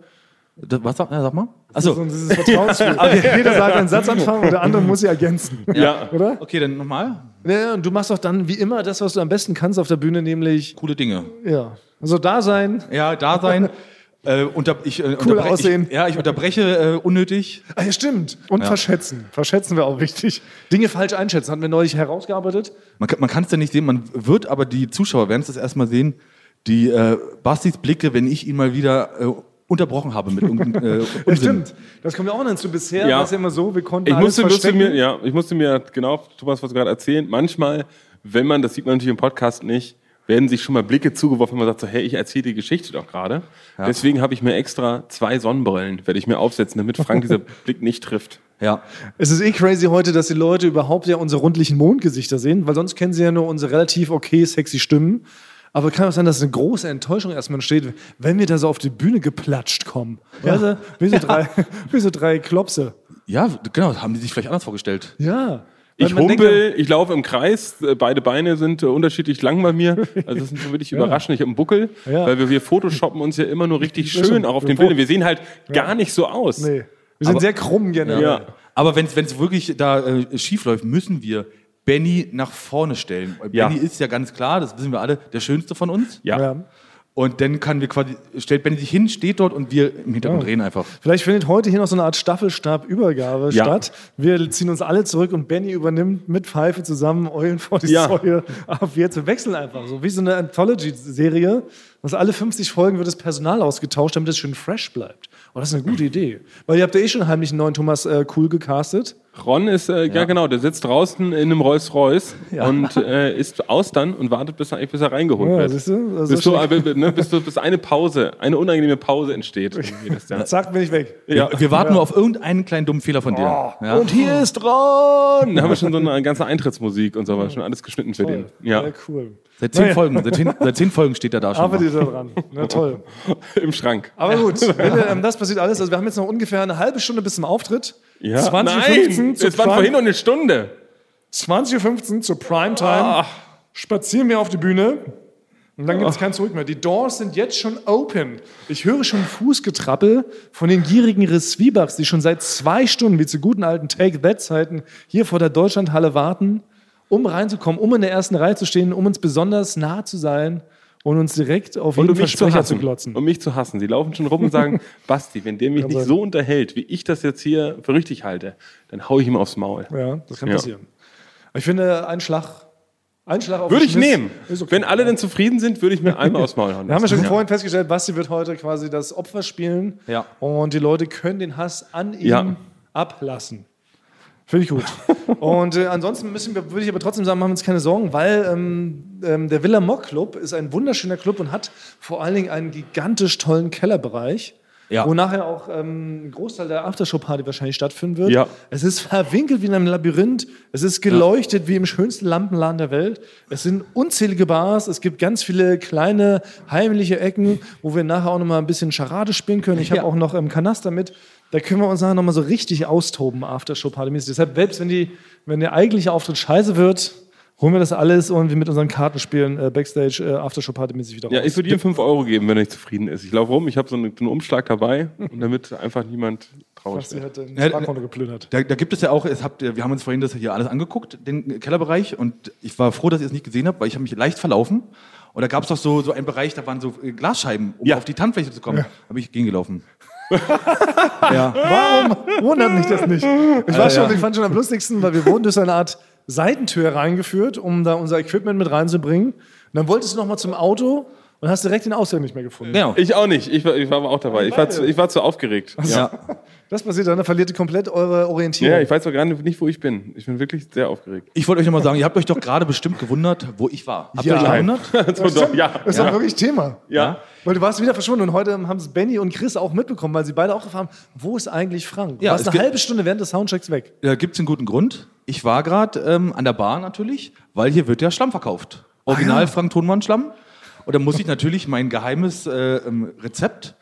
Das, was sag, ja, sag mal?
So
Achso.
dieses Vertrauensspiel. Jeder sagt einen Satz anfangen und der andere muss sie ergänzen.
Ja.
Oder?
Okay, dann nochmal.
Ja, und du machst doch dann wie immer das, was du am besten kannst auf der Bühne, nämlich
Coole Dinge.
ja, also da sein.
Ja, da sein. Äh, unter, ich, äh, unterbreche-
aussehen.
Ich, ja, ich unterbreche äh, unnötig.
Ah, ja, stimmt. Und verschätzen. Verschätzen wäre auch wichtig. Dinge falsch einschätzen, hatten wir neulich herausgearbeitet.
Man, kann- man kann es ja nicht sehen, man wird aber die Zuschauer werden es das erstmal sehen, die äh, Bastis Blicke, wenn ich ihn mal wieder äh,
unterbrochen habe mit irgendeinem äh, Unsinn.
Stimmt. Das kommt ja auch noch hinzu. Bisher
Ja.
war es ja immer so, wir konnten
Ich
alles
musste, musste
verstecken.
mir, ja, ich musste mir, genau, Thomas, was du gerade erzählen, manchmal, wenn man, das sieht man natürlich im Podcast nicht, werden sich schon mal Blicke zugeworfen, wenn man sagt so, hey, ich erzähle die Geschichte doch gerade. Deswegen habe ich mir extra zwei Sonnenbrillen, werde ich mir aufsetzen, damit Frank dieser Blick nicht trifft.
Ja.
Es ist eh crazy heute, dass die Leute überhaupt ja unsere rundlichen Mondgesichter sehen, weil sonst kennen sie ja nur unsere relativ okay sexy Stimmen. Aber kann auch sein, dass eine große Enttäuschung erstmal entsteht, wenn wir da so auf die Bühne geplatscht kommen. Also, wie so drei, wie so drei Klopse.
ja, genau, haben die sich vielleicht anders vorgestellt.
Ja. Weil
Ich
man denkt ja-
humpel, ich laufe im Kreis, äh, beide Beine sind äh, unterschiedlich lang bei mir. Also das ist schon wirklich überraschend. Ich habe einen Buckel,
Ja.
weil wir, wir Photoshoppen uns ja immer nur richtig
Das
schön,
stimmt.
auch auf den
Wir-
Bildern. Wir sehen halt gar nicht so aus.
Nee. Wir sind sehr krumm generell.
Ja.
Aber wenn es wirklich da äh, schief läuft, müssen wir Benny nach vorne stellen. Weil
Ja.
Benny ist ja ganz klar, das wissen wir alle, der schönste von uns.
Ja.
Ja.
Und dann kann wir quasi, stellt Benny sich hin, steht dort und wir im Hintergrund
Ja.
reden einfach.
Vielleicht findet heute hier noch so eine Art Staffelstabübergabe
Ja.
statt. Wir ziehen uns alle zurück und Benny übernimmt mit Pfeife zusammen Eulen vor die
Ja.
Säule. Ab jetzt wir wechseln einfach so wie so eine Anthology-Serie. Was alle 50 Folgen wird das Personal ausgetauscht, damit es schön fresh bleibt. Und das ist eine gute Idee. Weil ihr habt ja eh schon heimlich einen neuen Thomas äh, Cool gecastet.
Ron ist, äh, ja. genau, der sitzt draußen in einem Rolls Royce und äh, isst Austern und wartet, bis er, eigentlich bis er reingeholt
Ja,
wird.
siehst du? Also
bis, du,
schon-
äh, ne, bis, du, bis eine Pause, eine unangenehme Pause entsteht. Irgendwie das dann.
Zack, bin ich weg.
Ja. Oh.
Wir warten nur auf irgendeinen kleinen dummen Fehler von dir. ja.
Und hier ist Ron!
Da haben wir schon so eine ganze Eintrittsmusik und so weiter, schon alles geschnitten für den. Ja.
Sehr cool.
Seit zehn
Naja.
Folgen, seit zehn, seit zehn Folgen steht er da schon.
Arbeitet
mal.
da dran. Na toll.
Im Schrank.
Aber gut, Leute, ähm, das passiert alles. Also wir haben jetzt noch ungefähr eine halbe Stunde bis zum Auftritt.
Ja.
20.15
Nein,
Uhr zur
es waren vorhin noch eine Stunde.
20.15 zur Primetime.
Ah.
Spazieren wir auf die Bühne. Und dann gibt es kein Zurück mehr. Die Doors sind jetzt schon open. Ich höre schon Fußgetrappel von den gierigen Reswiebachs, die schon seit zwei Stunden, wie zu guten alten Take-That-Zeiten, hier vor der Deutschlandhalle warten, um reinzukommen, um in der ersten Reihe zu stehen, um uns besonders nah zu sein und uns direkt auf jeden Versprecher zu, glotzen.
Um mich zu hassen. Sie laufen schon rum und sagen, Basti, wenn der mich nicht
sein.
so unterhält, wie ich das jetzt hier für richtig halte, dann hau ich ihm aufs Maul.
Ja, das kann
Ja.
passieren. Aber Ich finde, ein Schlag, ein Schlag auf
Würde
den
ich
Schnitt
nehmen.
ist okay.
Wenn alle dann zufrieden sind, würde ich mir einmal aufs Maul hauen.
Wir haben ja schon
lassen.
vorhin festgestellt, Basti wird heute quasi das Opfer spielen.
Ja.
Und die Leute können den Hass an ihm
Ja.
ablassen. Finde ich gut. und äh, ansonsten müssen wir, würde ich aber trotzdem sagen, machen wir uns keine Sorgen, weil ähm, ähm, der Villa Mock Club ist ein wunderschöner Club und hat vor allen Dingen einen gigantisch tollen Kellerbereich.
Ja.
Wo nachher auch ähm, ein Großteil der Aftershow-Party wahrscheinlich stattfinden wird.
Ja.
Es ist verwinkelt wie in einem Labyrinth. Es ist geleuchtet wie im schönsten Lampenladen der Welt. Es sind unzählige Bars. Es gibt ganz viele kleine heimliche Ecken, wo wir nachher auch noch mal ein bisschen Charade spielen können. Ich habe
Ja.
auch noch ähm, Kanaster mit. Da können wir uns nachher noch mal so richtig austoben, Aftershow-Party-mäßig. Deshalb, selbst wenn, die, wenn der eigentliche Auftritt scheiße wird, holen wir das alles und wir mit unseren Kartenspielen äh, Backstage äh, Aftershow-Party-mäßig wieder
Ja,
raus.
ich würde ihm 5 Euro geben, wenn er nicht zufrieden ist. Ich laufe rum, ich habe so einen, so einen Umschlag dabei, und damit einfach niemand traurig
Sie
wird.
hat ein
Ja,
ne-
Sparkonto geplündert.
Da, da gibt es ja auch, es habt, ihr- wir haben uns vorhin das hier alles angeguckt, den Kellerbereich, und ich war froh, dass ihr es nicht gesehen habt, weil ich habe mich leicht verlaufen. Und da gab es doch so, so einen Bereich, da waren so äh, Glasscheiben, um
Ja.
auf die Tanzfläche zu kommen. Da bin ich gegengelaufen.
Warum wundert mich das nicht? Ich, war schon, ich fand schon am lustigsten, weil wir wurden durch so eine Art Seitentür reingeführt, um da unser Equipment mit reinzubringen. Und dann wolltest du noch mal zum Auto und hast direkt den Ausgang nicht mehr gefunden.
Genau.
Ich auch nicht, ich war, ich war aber auch dabei. Ich war zu, ich war zu aufgeregt. Ja.
ja.
Das passiert dann, da verliert ihr komplett eure Orientierung.
ja, ich weiß auch gerade nicht, wo ich bin. Ich bin wirklich sehr aufgeregt.
Ich wollte euch nochmal sagen, ihr habt euch doch gerade bestimmt gewundert, wo ich war. Habt ihr
Ja.
euch gewundert?
so, doch, ja,
das ist auch wirklich Thema.
ja.
Weil du warst wieder verschwunden und heute haben es Benny und Chris auch mitbekommen, weil sie beide auch gefragt haben, wo ist eigentlich Frank? Du
Ja,
warst
es
eine
gibt-
halbe Stunde während des Soundchecks weg.
Da gibt es Äh, einen guten Grund. Ich war gerade ähm, an der Bar natürlich, weil hier wird ja Schlamm verkauft. Original Frank Thonmann Schlamm. Und da muss ich natürlich mein geheimes äh, ähm, Rezept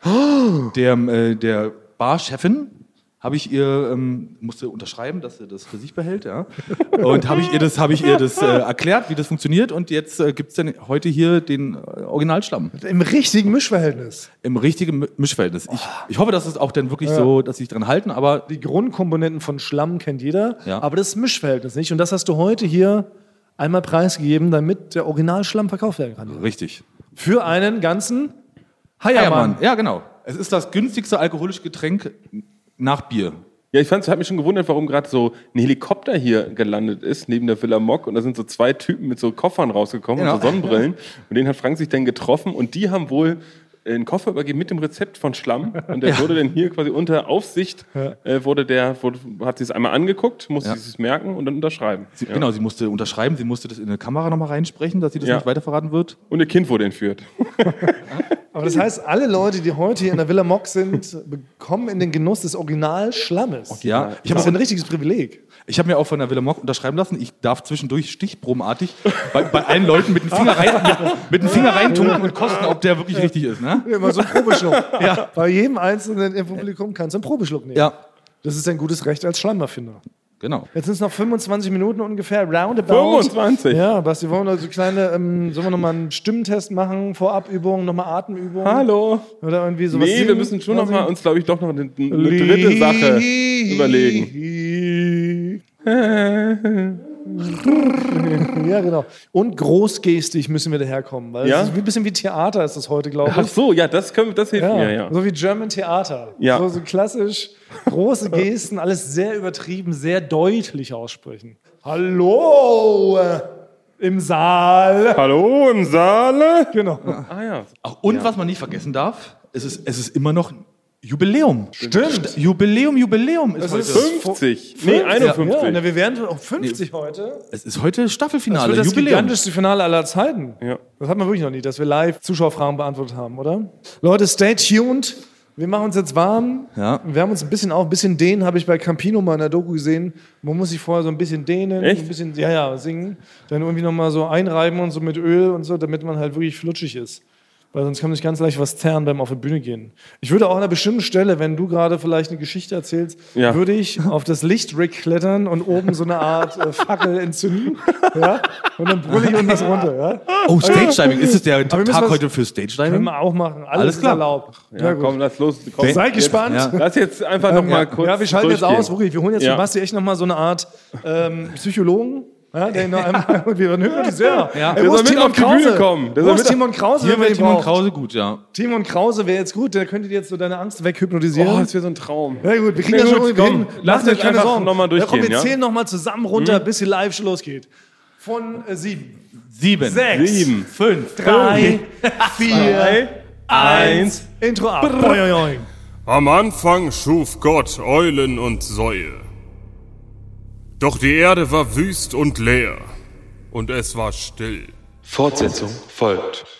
der, äh, der Barchefin habe ich ihr ähm, musste unterschreiben, dass sie das für sich behält, ja. Und habe ich ihr das habe ich ihr das äh, erklärt, wie das funktioniert und jetzt äh, gibt's dann heute hier den äh, Originalschlamm
Im richtigen Mischverhältnis.
im richtigen Mi- Mischverhältnis. Ich, ich hoffe, dass es auch dann wirklich so, dass sie sich dran halten, aber
Die Grundkomponenten von Schlamm kennt jeder,
Ja.
aber das Mischverhältnis nicht. Und das hast du heute hier einmal preisgegeben, damit der Originalschlamm verkauft werden kann.
richtig.
Für einen ganzen
Eiermann.
Heiermann.
Ja, genau. Es ist das günstigste alkoholische Getränk nach Bier.
Ja, ich fand's, hat mich schon gewundert, warum gerade so ein Helikopter hier gelandet ist, neben der Villa Mock. Und da sind so zwei Typen mit so Koffern rausgekommen
Genau.
und so Sonnenbrillen. Und den hat Frank sich dann getroffen. Und die haben wohl äh, einen Koffer übergeben mit dem Rezept von Schlamm. Und der wurde dann hier quasi unter Aufsicht, äh, wurde der, wurde, hat sie es einmal angeguckt, musste
Ja.
sie es merken und dann unterschreiben.
Sie,
ja.
Genau, sie musste unterschreiben, sie musste das in eine Kamera nochmal reinsprechen, dass sie das
Ja.
nicht weiterverraten wird.
Und ihr Kind wurde entführt.
Aber das heißt, alle Leute, die heute hier in der Villa Mock sind, bekommen in den Genuss des Original-Schlammes.
Ja, ich
Ich
habe
habe
auch
ein richtiges Privileg.
Ich habe mir auch von der Villa Mock unterschreiben lassen, ich darf zwischendurch stichprobenartig bei, bei allen Leuten mit dem Finger rein, mit, mit dem Finger reintunken und kosten, ob der wirklich richtig ist, ne?
Immer so ein Probeschluck. ja. Bei jedem Einzelnen im Publikum kannst du einen Probeschluck nehmen.
Ja,
Das ist ein gutes Recht als Schlammerfinder.
genau.
Jetzt sind es noch 25 Minuten ungefähr, roundabout.
25.
Ja, Basti, wollen wir noch so kleine, ähm, sollen wir nochmal einen Stimmtest machen, Vorabübungen, nochmal Atemübungen?
Hallo.
Oder irgendwie sowas
Nee, wir
singen?
müssen schon
Wollen
nochmal
Sie-
uns, glaube ich, doch noch eine, eine dritte Sache überlegen.
Ja, genau. Und großgestig müssen wir daherkommen, weil
Ja?
es ist wie- ein bisschen wie Theater ist das heute, glaube ich.
Ach so, ja, das, können, das hilft mir, ja.
So wie German Theater.
Ja.
So, so klassisch, große Gesten, alles sehr übertrieben, sehr deutlich aussprechen. Hallo äh, im Saal.
Hallo im Saale.
Genau.
Ah ja.
Ach, und was man nicht vergessen darf, es ist, es ist immer noch Jubiläum.
Stimmt.
Jubiläum, Jubiläum ist heute.
ist-
50. Nee,
Ja,
51.
na, wir wären auf 50 heute.
es ist heute Staffelfinale,
Das wird das
Jubiläum.
gigantischste Finale aller Zeiten.
Ja.
Das hat man wirklich noch nie, dass wir live Zuschauerfragen beantwortet haben, oder? Leute, stay tuned. Wir machen uns jetzt warm.
Ja.
Wir haben uns ein bisschen auf, ein bisschen dehnen, habe ich bei Campino mal in der Doku gesehen. Man muss sich vorher so ein bisschen dehnen,
Echt?
ein bisschen, ja, ja, singen. Dann irgendwie nochmal so einreiben und so mit Öl und so, damit man halt wirklich flutschig ist. Weil sonst kann man sich ganz leicht was zerren beim auf die Bühne gehen. Ich würde auch an einer bestimmten Stelle, wenn du gerade vielleicht eine Geschichte erzählst,
Ja.
würde ich auf das Lichtrick klettern und oben so eine Art äh, Fackel entzünden. Ja? Und dann brülle ich irgendwas runter. Ja?
Oh, Stage Diving. Ist es der
wir müssen
Tag
was-
heute für Stage
Können
Diving?
wir auch machen. Alles,
Alles
ist
klar.
erlaubt.
Ja,
gut.
komm, lass los. Komm,
Seid
jetzt-
gespannt.
ja.
Lass jetzt einfach noch nochmal kurz.
Ja, wir schalten jetzt
durchgehen.
aus, wirklich. Wir holen jetzt
Ja.
für Basti echt nochmal so eine Art ähm, Psychologen. Ja, der ihn noch einmal und wir hypnotisiert. Ja. Ja.
Der soll mit auf die Bühne kommen. Der
Wo
soll
ist
mit-
Timon Krause?
Hier
wenn man
wäre
ihn
Timon
braucht?
Krause gut, ja.
Timon Krause wäre jetzt gut. Der könnte dir jetzt so deine Angst weghypnotisieren.
Oh, das wäre so ein Traum.
Na gut, wir kriegen
Na
das
gut,
schon irgendwie
komm,
hin.
lass
Macht euch
jetzt einfach noch mal
Ja, komm,
durchgehen,
wir
ja? Mhm.
zählen nochmal zusammen runter, bis die live schon losgeht. Von äh, sieben,
Sieben.
sechs,
Sieben.
Fünf.
drei, vier, eins. Intro ab. Oi, oi, oi.
Am Anfang schuf Gott Eulen und Säue. Doch die Erde war wüst und leer, und es war still.
Fortsetzung folgt.